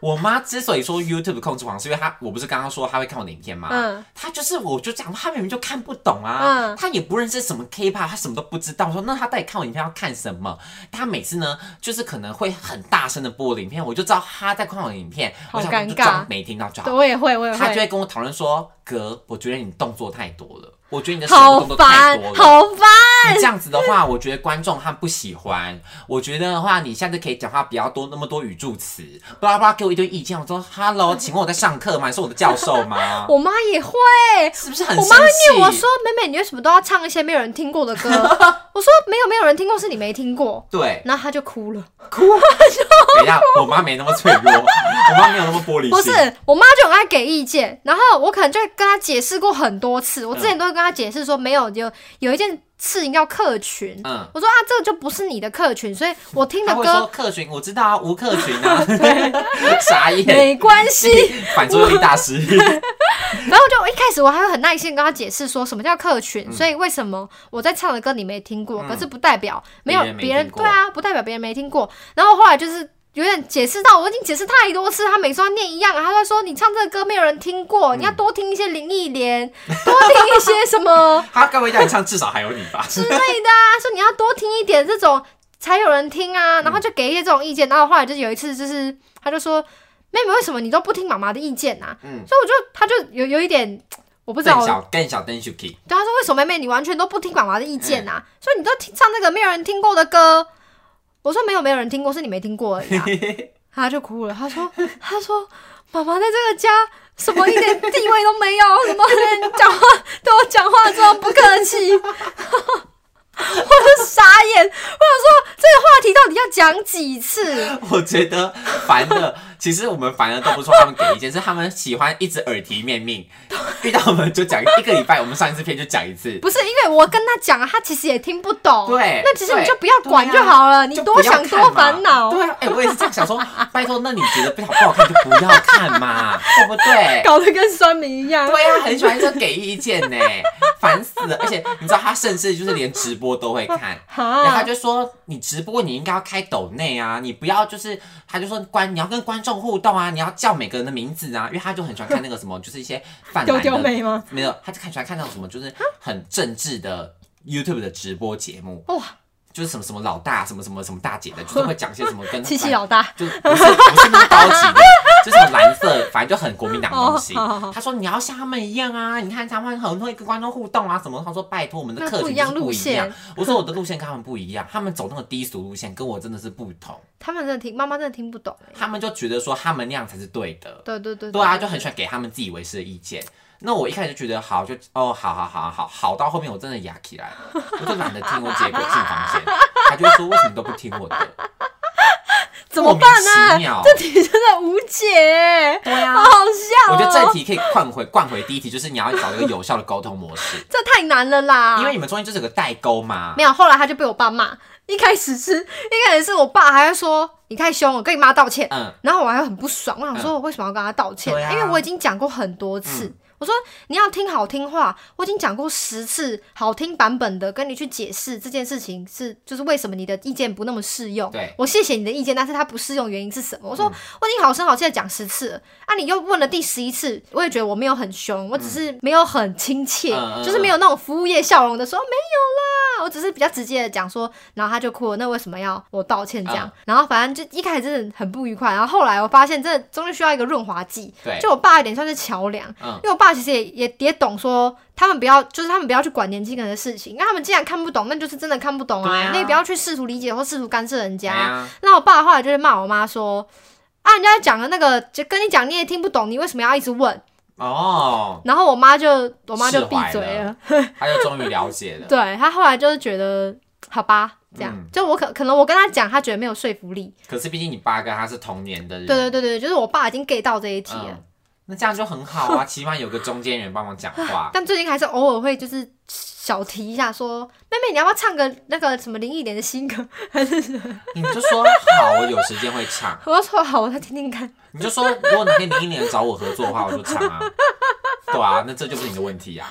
我妈之所以说 YouTube 的控制狂，是因为她，我不是刚刚说她会看我的影片吗？
嗯
她就是，我就讲，她明明就看不懂啊，
嗯
她也不认识什么 K-pop，她什么都不知道。我说那她到底看我影片要看什么？她每次呢，就是可能会很大声的播我的影片，我就知道她在看我的影片，
好
我想说
尴
就
尬
装没听到就
对，
好。
我也会，我也
她就
会，
会跟我讨论说：“哥，我觉得你动作太多了，我觉得你的手部
好
动作太
烦
多，了。”
好烦。
你这样子的话，我觉得观众他不喜欢。我觉得的话，你下次可以讲话不要多那么多语助词，巴拉巴拉给我一堆意见。我说，Hello，请问我在上课吗？你是我的教授吗？
我妈也会，
是不是很
我
生
妈会
气？
念我说：“美美，你为什么都要唱一些没有人听过的歌？” 我说：“没有，没有人听过，是你没听过。
对”，
然后她就哭了。
啊 等一下，我妈没那么脆弱， 我妈没有那么玻璃心。
不是，我妈就很爱给意见，然后我可能就跟她解释过很多次，我之
嗯
前都会跟她解释说，没有有有一件事情叫客群。
嗯，
我说啊，这个就不是你的客群，所以我听的
她会说
歌
客群，我知道啊，无客群 啊，傻眼，
没关系。
反作用力大 师。
然后就我一开始我还会很耐心地跟她解释说什么叫客
嗯
群，所以为什么我在唱的歌你没听过，可是不代表没有
别人没
别人
听过
对啊，不代表别人没听过。然后后来就是。有点解释到，我已经解释太多次，他每次要念一样，他在说你唱这个歌没有人听过，
嗯
你要多听一些林忆莲，多听一些什么
她该不会叫你唱《至少还有你》吧？
之类的啊，说你要多听一点这种才有人听
嗯
啊，然后就给一些这种意见，然后后来就是有一次就是他就说妹妹为什么你都不听妈妈的意见啊？
嗯
所以我就他就有有一点我不知道
更，小更小灯 Shuki，
对他说为什么妹妹你完全都不听妈妈的意见
嗯
啊？所以你都听唱那个没有人听过的歌，我说没有没有人听过，是你没听过而已、 啊，他就哭了，他说他说妈妈在这个家。什么一点地位都没有，什么连讲话对我讲话这么不客气， 我就傻眼，我想说这个话题到底要讲几次？
我觉得烦的，其实我们烦的都不是说他们给意见，是他们喜欢一直耳提面命，遇到我们就讲一个礼拜，我们上一次片就讲一次，
不是因为我跟他讲，他其实也听不懂。
对
那其实你
对啊
就不要管就好了，你
就
多
不要
想
看
多
嘛
烦恼。
对啊，哎、我也是这样想说， 拜托，那你觉得不好不好看就不要看嘛，对不对？
搞得跟酸民一样。
对啊，很喜欢说给意见呢，烦死了！而且你知道他甚至就是连直播都会看，然后他
哈，
就说你直播你应该要开抖内啊，你不要就是他就说观你要跟观众互动啊，你要叫每个人的名字啊，因为他就很喜欢看那个什么，就是一些泛
丢
蓝
丢
的
妹吗？
没有，他就看喜欢看那种什么，就是很政治的 YouTube 的直播节目，
哇，
就是什么什么老大，什么什么什么大姐的，就是会讲些什么跟
七啊七老大，
就不是不是那么高级的，就是很蓝色，反正就很国民党的东西
哦好好。
他说你要像他们一样啊，你看他们很会跟观众互动啊什么。他说拜托我们的
那
客
不一
群就
样
是不
路
一样
线。
我说我的路线跟他们不一样，他们走那个低俗路线跟我真的是不同。
他们真的听妈妈真的听不懂哎、
他们就觉得说他们那样才是对的，
对对对
对啊，就很喜欢给他们自以为是的意见。那我一开始就觉得好，就哦，好好好好好，到后面我真的哑起来了， 我就懒得听我姐给我进房间，她就会说为什么都不听我的，
怎么办啊
莫
呢、
名其妙
这题真的无解欸，
对啊
好好笑、哦。
我觉得这题可以换回换回第一题，就是你要找一个有效的沟通模 式，
这太难了啦，
因为你们中间就是有个代沟嘛
没。有，后来他就被我爸骂。一开始是，一开始是我爸还会说你太凶了，跟你妈道歉。
嗯，
然后我还很不爽，我想说我为什么要跟他道歉？
对啊
因为我已经讲过很多次。
嗯
我说你要听好听话，我已经讲过十次好听版本的，跟你去解释这件事情是就是为什么你的意见不那么适用。
对嗯
我谢谢你的意见，但是它不适用原因是什么？我说、我已经好声好气的讲十次了，啊，你又问了第十一次，我也觉得我没有很凶，我只是没有很亲切，
嗯嗯嗯
就是没有那种服务业笑容的说没有啦，啊我只是比较直接的讲说，然后他就哭了，那为什么要我道歉这样？
嗯
然后反正就一开始真的很不愉快，然后后来我发现真的中间需要一个润滑剂，
对，
就我爸有点算是桥梁，
嗯
因为我爸其实也也也懂说，他们不要就是他们不要去管年轻人的事情，那他们既然看不懂，那就是真的看不懂
对
啊，
啊
那也不要去试图理解或试图干涉人
对
家。
啊，
那我爸后来就会骂我妈说，啊，人家讲的那个就跟你讲你也听不懂，你为什么要一直问？
哦，
然后我妈就我妈就
释
闭
怀
嘴
了
了，
他就终于了解了。
对他后来就是觉得好吧，这样、
嗯
就我可可能我跟他讲，他觉得没有说服力。
可是毕竟你爸跟他是同年的人，
对对对对，就是我爸已经 get 到这一题了。
嗯，那这样就很好啊，起码有个中间人帮忙讲话。
但最近还是偶尔会就是小提一下说，妹妹你要不要唱个那个什么林忆莲的新歌？
你就说好，我有时间会唱。
我就说好，我再听 听看。
你就说，如果哪天林忆莲找我合作的话，我就唱 啊。对啊，那这就不是你的问题啊，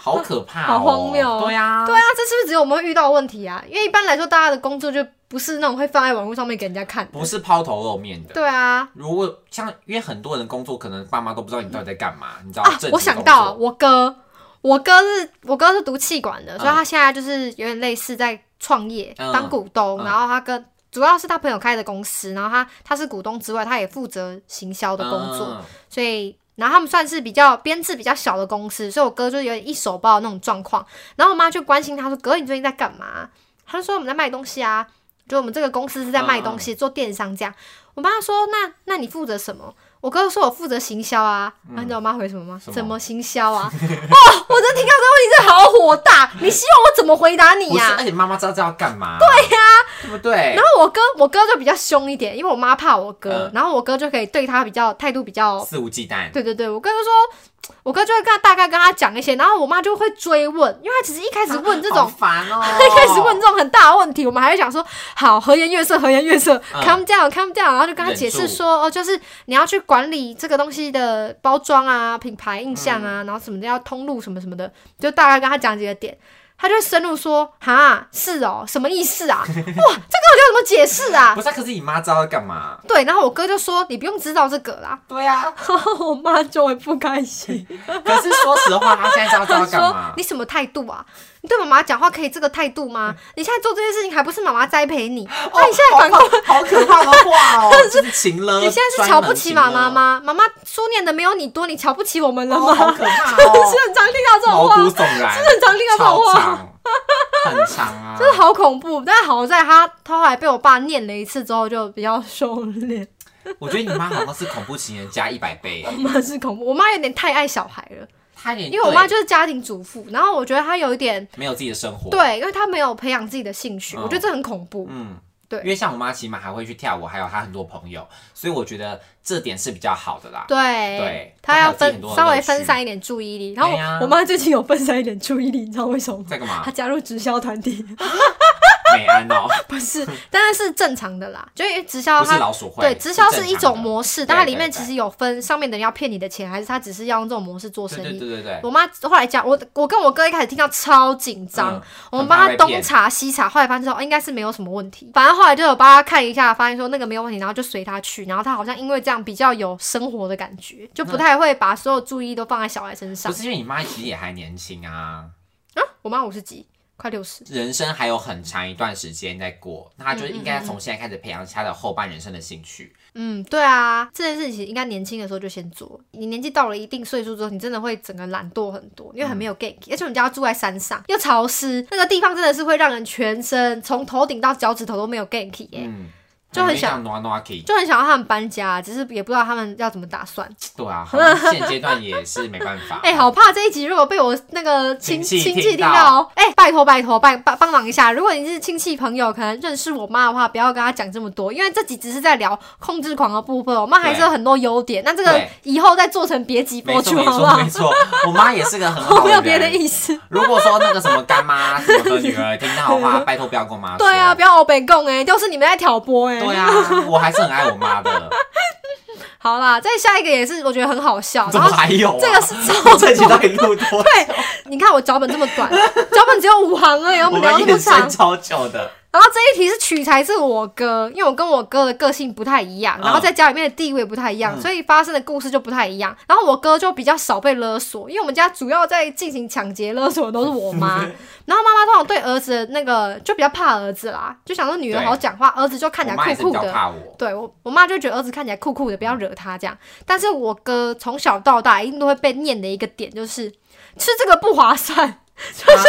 好可怕、哦，
好荒谬哦
对啊，
对啊，这是不是只有我们会遇到的问题啊？因为一般来说，大家的工作就不是那种会放在网络上面给人家看的。
不是抛头露面的。
对啊，
如果像因为很多人工作，可能爸妈都不知道你到底在干嘛，你知道
啊
正职工作？，
我想到我哥，我哥是我哥是读气管的，所以
嗯
他现在就是有点类似在创业、
嗯
当股东，
嗯
然后他跟。主要是他朋友开的公司，然后他他是股东之外，他也负责行销的工作，
嗯
所以然后他们算是比较编制比较小的公司，所以我哥就有点一手包的那种状况。然后我妈就关心他说：“哥，你最近在干嘛？”他就说：“我们在卖东西啊，就我们这个公司是在卖东
嗯
西，做电商这样。”我妈说：“那那你负责什么？”我哥说：“我负责行销啊。然后你知道我妈回什么吗？
嗯什么
怎么行销啊？ 哦，我真的听到这个问题真的好火大！你希望我怎么回答你
不是，
呀、
而且妈妈知道这要干嘛？对呀、对不对？
然后我哥，我哥就比较凶一点，因为我妈怕我哥，
嗯
然后我哥就可以对他比较态度比较
肆无忌惮，
对对对，我哥就说，我哥就会跟他大概跟他讲一些，然后我妈就会追问，因为他其实一开始问这
好
种，
烦哦，
他 一开始问这种很大的问题，我们还会想说，好和颜悦色，和颜悦色、
嗯
c a l m down，calm down，然后就跟他
忍
解释
住
说，哦，就是你要去管理这个东西的包装啊、品牌印象
嗯
啊，然后什么的要通路什么什么的，就大概跟他讲几个点。他就会深入说：“哈，是哦，什么意思啊？哇， 这个我要怎么解释啊
不是啊、可是你妈知道要干嘛？？”
对，然后我哥就说：“你不用知道这个啦。
对呀、”
我妈就会不开心。
可是说实话，她现在知道这
他
要干
说
嘛：“？
你什么态度啊？你对妈妈讲话可以这个态度吗？
嗯
你现在做这件事情还不是妈妈栽培你？
哦
那你现在反过来，
好可怕的 话哦，真是情了。
你现在是瞧不起妈妈吗？妈妈书念的没有你多，你瞧不起我们
专
了
门情勒？哦
吗？
好可怕
是
哦，
很常听到这种
毛
话，
骨
是
悚然，
很常听到这种
超
话，
长，很长啊。
真的好恐怖。但好在他他后来被我爸念了一次之后，就比较收敛。
我觉得你妈好像是恐怖情人加一百倍，
我妈是恐怖，我妈有点太爱小孩了，
她连
因为我妈
对
就是家庭主妇，然后我觉得她有一点
没有自己的生活。，
对，因为她没有培养自己的兴趣，
哦嗯
我觉得这很恐怖。
嗯。
对
因为像我妈起码还会去跳舞，还有她很多朋友，所以我觉得这点是比较好的啦。对
他要
他还有自己
分
很多的
稍微
乐趣
分散一点注意力。然后
对呀
我妈最近有分散一点注意力，你知道为什么吗？
在干嘛
她？加入直销团 体，
美安 哦，
不是，当然是正常的啦，就因为直销
不是
它。
老鼠会。
对，直销
正
是一
常
种
的
模式，
对
但它
对
里面其
对
实有分上面的人要骗你的钱，还是他只是要用这种模式做生
对对
意。
对对对。
我妈后来讲，我我跟我哥一开始听到超紧张，
嗯
我们
很
帮
怕
他
被
东
骗
查西查，后来发现说、哦、应该是没有什么问题。反正后来就有帮他看一下，发现说那个没有问题，然后就随他去。然后他好像因为这样比较有生活的感
嗯
觉，就不太会把所有注意都放在小孩身上
不。是因为你妈其实也还年轻啊，
啊，我妈五十几，快六十。
人生还有很长一段时间在过，那他就应该从现在开始培养他的后半人生的兴趣。
嗯，对啊，这件事情应该年轻的时候就先做。你年纪到了一定岁数之后，你真的会整个懒惰很多，因为很
嗯
没有 g a y 而且我们家住在山上，又潮湿，那个地方真的是会让人全身从头顶到脚趾头都没有 g a y 耶、
嗯，
就很
想暖暖 k
就很想要他们搬家，只是也不知道他们要怎么打算。
对 啊，好像现阶段也是没办法。
哎、好怕这一集如果被我那个亲
亲戚
亲戚
听
听到哦，哎、拜托拜托，帮帮帮忙一下，如果你是亲戚朋友，可能认识我妈的话，不要跟她讲这么多，因为这集只是在聊控制狂的部分，我妈还是有很多优点。那这个
对
以后再做成别集
没
播
错
出
没
好不好
错没？错，我妈也是个很好
我没有别的
人。
意思。
如果说那个什么干妈什么的女儿听到的话，拜托不要跟我妈说。
对啊，，不要欧北共哎，就是你们在挑拨哎、
对啊，我还是很爱我妈 的。
好啦，再下一个也是我觉得很好笑，
怎
然
么
后
还有、啊？
这个是超
我
多
这 集到底录多？
你看我脚本这么 短，脚本只有五行而已，我
我
们聊那
们
么
延伸
长。
超久的。
然后这一题是取材自我哥，因为我跟我哥的个性不太一样，
嗯
然后在家里面的地位不太一样，
嗯
所以发生的故事就不太一样。然后我哥就比较少被勒索，因为我们家主要在进行抢劫勒索的都是我妈。然后妈妈通常对儿子的那个就比较怕儿子啦，就想说女儿好讲话，儿子就看起
我
来
妈也是
酷
比
酷
较
的。
怕我，
对我，我妈就觉得儿子看起来酷酷的，不要惹他这样。但是我哥从小到大一定都会被念的一个点就是，吃这个不划算。
就是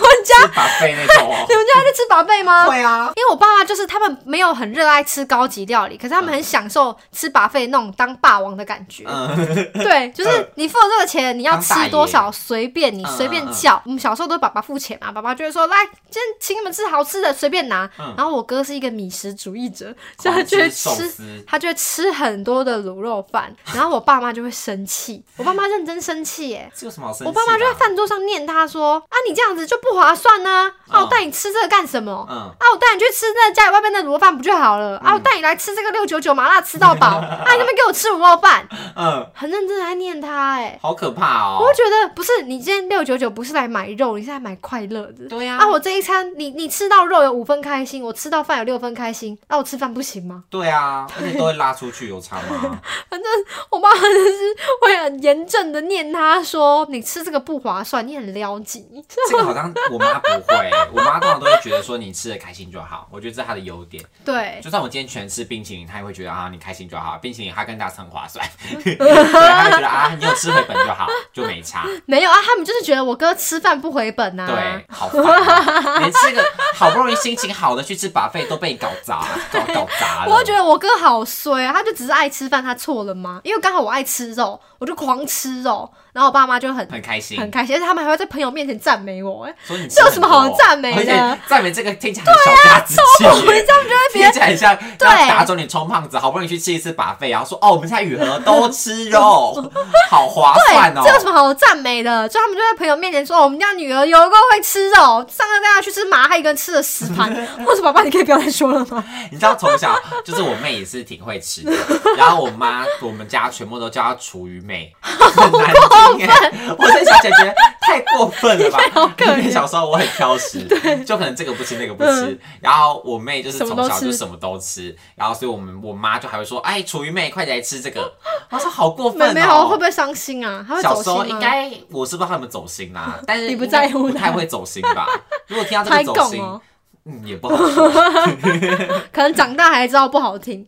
我家啊把飞那种、哦
你们家在吃拔贝吗？
会啊，
因为我爸妈就是他们没有很热爱吃高级料理，可是他们很享受吃把费那种当霸王的感觉。
嗯，
对，就是你付了这个钱，你要吃多少随便你
嗯
随便叫。我们小时候都爸爸付钱嘛，爸爸就会说来，今天请你们吃好吃的，随便拿。
嗯
然后我哥是一个米食主义者，所以他就会
狂寿
吃
司，
他就会吃很多的卤肉饭，然后我爸妈就会生气，我爸妈认真生气耶。
这有什么好生气的啊？
我爸妈就在饭桌上念他说：“啊，你这样子就不划算呢、啊！
嗯
我带你吃这个干什么？
嗯，
啊，我带你去吃那家里外面的卤肉饭不就好了？啊，我带你来吃这个六九九麻辣吃到 饱，啊，你那边给我吃卤肉饭，
嗯，
很认真地在念他哎、
好可怕哦
我。会觉得不是你今天六九九不是来买肉，你是来买快乐的。
对呀、
啊，我这一餐你你吃到肉有五分开心，我吃到饭有六分开心，那、我吃饭不行吗？
对啊，而且都会拉出去，有差吗？
我妈真的是会很严正的念他说，你吃这个不划算，你很撩急。
这个好像我妈不会，我妈通常都会觉得说你吃的开心就好，我觉得这是她的优点。
对，
就算我今天全吃冰淇淋，她也会觉得啊你开心就好，冰淇淋哈根达斯很划 算，对，她会觉得啊你有吃回本就好，就没 差。
没有啊，他们就是觉得我哥吃饭不回本呐、
对，好烦、啊，连吃个好不容易心情好的去吃把费都被搞砸，搞搞砸了。
我觉得我哥好衰啊，他就只是爱吃饭，他错了吗？因为刚好我爱吃肉，我就狂吃肉，然后我爸妈就很
很开心，
很开心，而且他们还会在朋友面前赞美我、哎，
所以你
这有什么好赞美的
而且赞美这个听起来很小家子气耶，
我这样觉得别
听起来很像
对
要打肿脸充胖子，好不容易去吃一次把费，然后说哦我们在雨禾都吃肉， 好划算哦
对，这。有什么好赞美的？就他们就在朋友面前说，哦我们家女儿有够会吃肉，上次带她去吃麻辣一根吃了十 盘。我说爸爸，你可以不要再说了吗？
你知道从小就是我妹也是挺会吃的，然后我妈我们家全部都叫她厨余妹， 很难听哎、我在想姐姐太过分 了吧？
可
因为
怜嗯
小时候我很挑食，就可能这个不吃那个不吃，然后我妹就是从小就什么都吃，然后所以我们我妈就还会说，哎，厨余妹快点来吃这个，我说好过
妹
分
妹
哦、
好会不会伤心啊？她会
小
走
时候
心
应
吗？
该我是不知道她有没有走心啦、但是
你不
应该
在乎
不太
她
会走心吧？如果听到这
才
个走
拱
心，
哦，
嗯，也不好说。
可能长大还知道不好 听。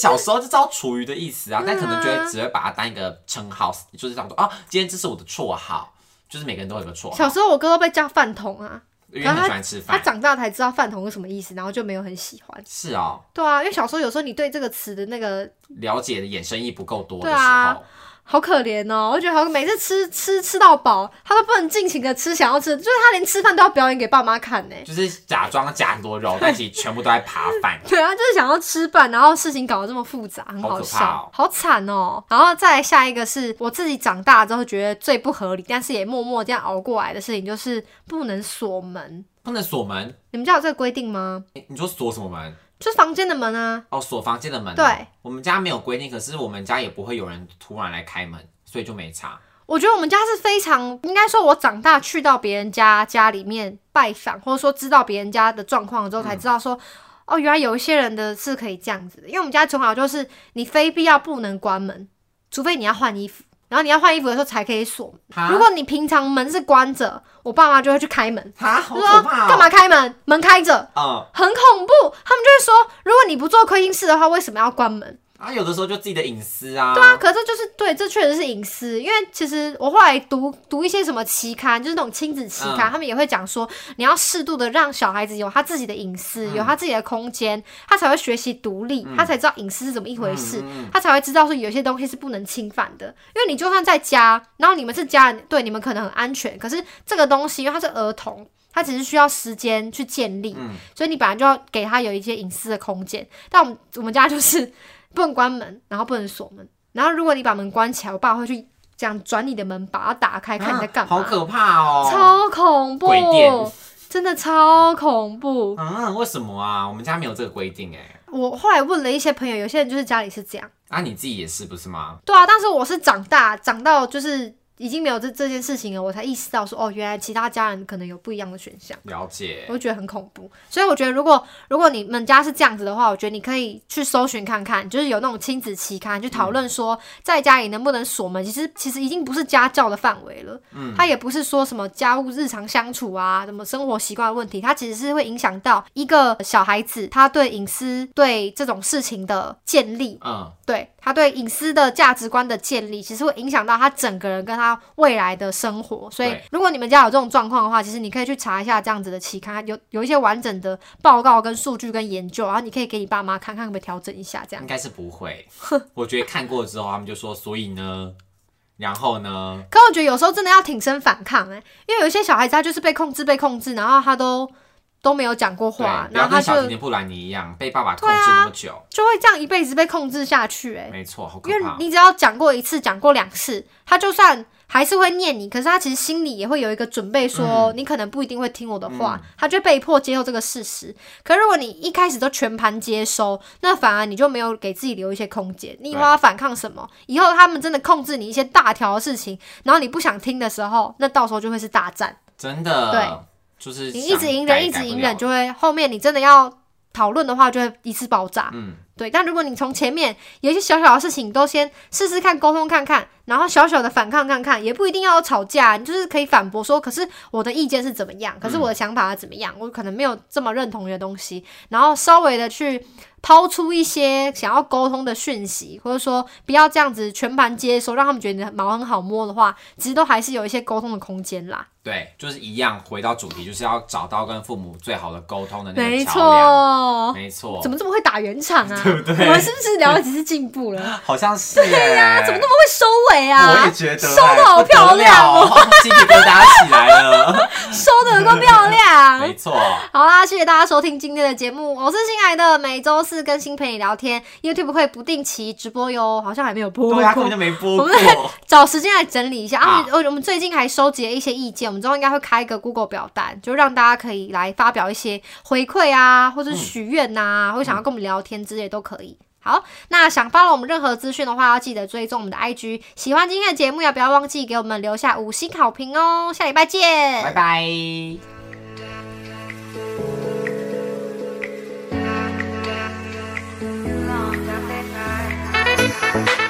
小时候就知道厨余的意思啊，但可能觉得只会把它当一个称号，就是这样说啊，今天这是我的绰号，就是每个人都有个绰
小
号，
时候我哥都被叫饭桶啊，
因为很喜欢吃
他
饭。
长大才知道饭桶是什么意思，然后就没有很喜欢。
是哦，
对啊，因为小时候有时候你对这个词的那个
了解的衍生意不够多的
对
时
啊
候，
好可怜哦，我觉得好每次吃吃吃到饱，他都不能尽情的吃想要吃，就是他连吃饭都要表演给爸妈看呢。
就是假装夹很多 肉，但其实全部都在扒饭。
对啊，就是想要吃饭，然后事情搞得这么复杂，很
好可
笑，
怕哦
好惨哦。然后再来下一个是我自己长大之后觉得最不合理，但是也默默这样熬过来的事情，就是不能锁门。
不能锁门，
你们家有这个规定吗？
诶你说锁什么门？
就是房间的门啊，
哦，锁房间的门、
对，
我们家没有规定，可是我们家也不会有人突然来开门，所以就没差。
我觉得我们家是非常，应该说，我长大去到别人家家里面拜访，或者说知道别人家的状况之后，才知道说，哦，原来有一些人的是可以这样子的。因为我们家从小就是，你非必要不能关门，除非你要换衣服。然后你要换衣服的时候才可以锁门。
哈
如果你平常门是关着，我爸妈就会去开门，
啊，好
就说
可怕、哦！
干嘛？开门？门开着，
嗯
很恐怖。他们就会说，如果你不做亏心事的话，为什么要关门？
啊，有的时候就自己的隐私啊。
对啊，可是这就是对，这确实是隐私。因为其实我后来读读一些什么期刊，就是那种亲子期刊，
嗯
他们也会讲说，你要适度的让小孩子有他自己的隐私，
嗯
有他自己的空间，他才会学习独立，他才知道隐私是怎么一回事。
嗯
他才会知道说有些东西是不能侵犯的，因为你就算在家，然后你们是家人，对你们可能很安全，可是这个东西因为他是儿童，他只是需要时间去建立，
嗯
所以你本来就要给他有一些隐私的空间。但我们我们家就是不能关门，然后不能锁门，然后如果你把门关起来，我爸会去这样转你的门，把它打开，看你在干嘛，
啊好可怕哦！
超恐怖
鬼店，
真的超恐怖。
嗯，为什么啊？我们家没有这个规定哎。
我后来问了一些朋友，有些人就是家里是这样。
啊，你自己也是不是吗？
对啊，但是我是长大长到就是已经没有这这件事情了，我才意识到说，哦，原来其他家人可能有不一样的选项，
了解
我，就觉得很恐怖。所以我觉得，如果如果你们家是这样子的话，我觉得你可以去搜寻看看，就是有那种亲子期刊去讨论说，在家里能不能锁门，其实其实已经不是家教的范围了。
嗯
它也不是说什么家务日常相处啊，什么生活习惯的问题，它其实是会影响到一个小孩子他对隐私、对这种事情的建立。
嗯，
对他对隐私的价值观的建立，其实会影响到他整个人跟他未来的生活。所以
对，
如果你们家有这种状况的话，其实你可以去查一下这样子的期刊，有有一些完整的报告、跟数据、跟研究，然后你可以给你爸妈看看，可不可以调整一下这样
应。该是不会。我觉得看过之后，他们就说，所以呢，然后呢，
可我觉得有时候真的要挺身反抗哎、因为有一些小孩子他就是被控制、被控制，然后他都都没有讲过
对
话，，
不
然
要
后他
跟小
就
甜甜布兰妮一样被爸爸控
对啊
制那么久，
就会这样一辈子被控制下去哎、
没错，好可
因为
怕。
你只要讲过一次，讲过两次，他就算还是会念你，可是他其实心里也会有一个准备说，
嗯
你可能不一定会听我的话，他就被迫接受这个事实。可如果你一开始都全盘接收，那反而你就没有给自己留一些空间。你以后
对
要反抗什么？以后他们真的控制你一些大条的事情，然后你不想听的时候，那到时候就会是大战。
真的，
对，
就是
你一直
想
隐
改
忍，一直
改不
隐
了
忍，就会后面你真的要讨论的话，就会一次爆炸。
嗯，
对。但如果你从前面有一些小小的事情，你都先试试看沟通看看，然后小小的反抗看看，也不一定要吵架，你就是可以反驳说，可是我的意见是怎么样，可是
嗯
我的想法是怎么样，我可能没有这么认同你的东西，然后稍微的去。抛出一些想要沟通的讯息，或者说不要这样子全盘接收，让他们觉得你的毛很好摸的话，其实都还是有一些沟通的空间啦。
对，就是一样。回到主题，就是要找到跟父母最好的沟通的那
没
个桥
错
梁。，没错，
怎么这么会打圆场啊？
对不对
我们是不是聊了几次进步了？ 会
好像是对呀、
啊怎么那么会收尾啊？
哎我也觉得哎
收的好漂亮哦，
哦，鸡皮疙瘩起来了。
收的有够漂亮
没。错，
好啦，谢谢大家收听今天的节目，我是新来的，每周四更新陪你聊天，YouTube 会不定期直播哟，好像还没有播
对啊呀、根
过
本就。没播
我
过
们。找时间来整理一下啊！
好
我们我们最近还收集了一些意见，我们之后应该会开一个 Google 表单，就让大家可以来发表一些回馈啊，或者许愿呐，或者想要跟我们聊天之类都可以。好，那想发了我们任何资讯的话，要记得追踪我们的 IG。喜欢今天的节目，也不要忘记给我们留下五星好评哦。下礼拜见，
拜拜。
Long, long, long, long.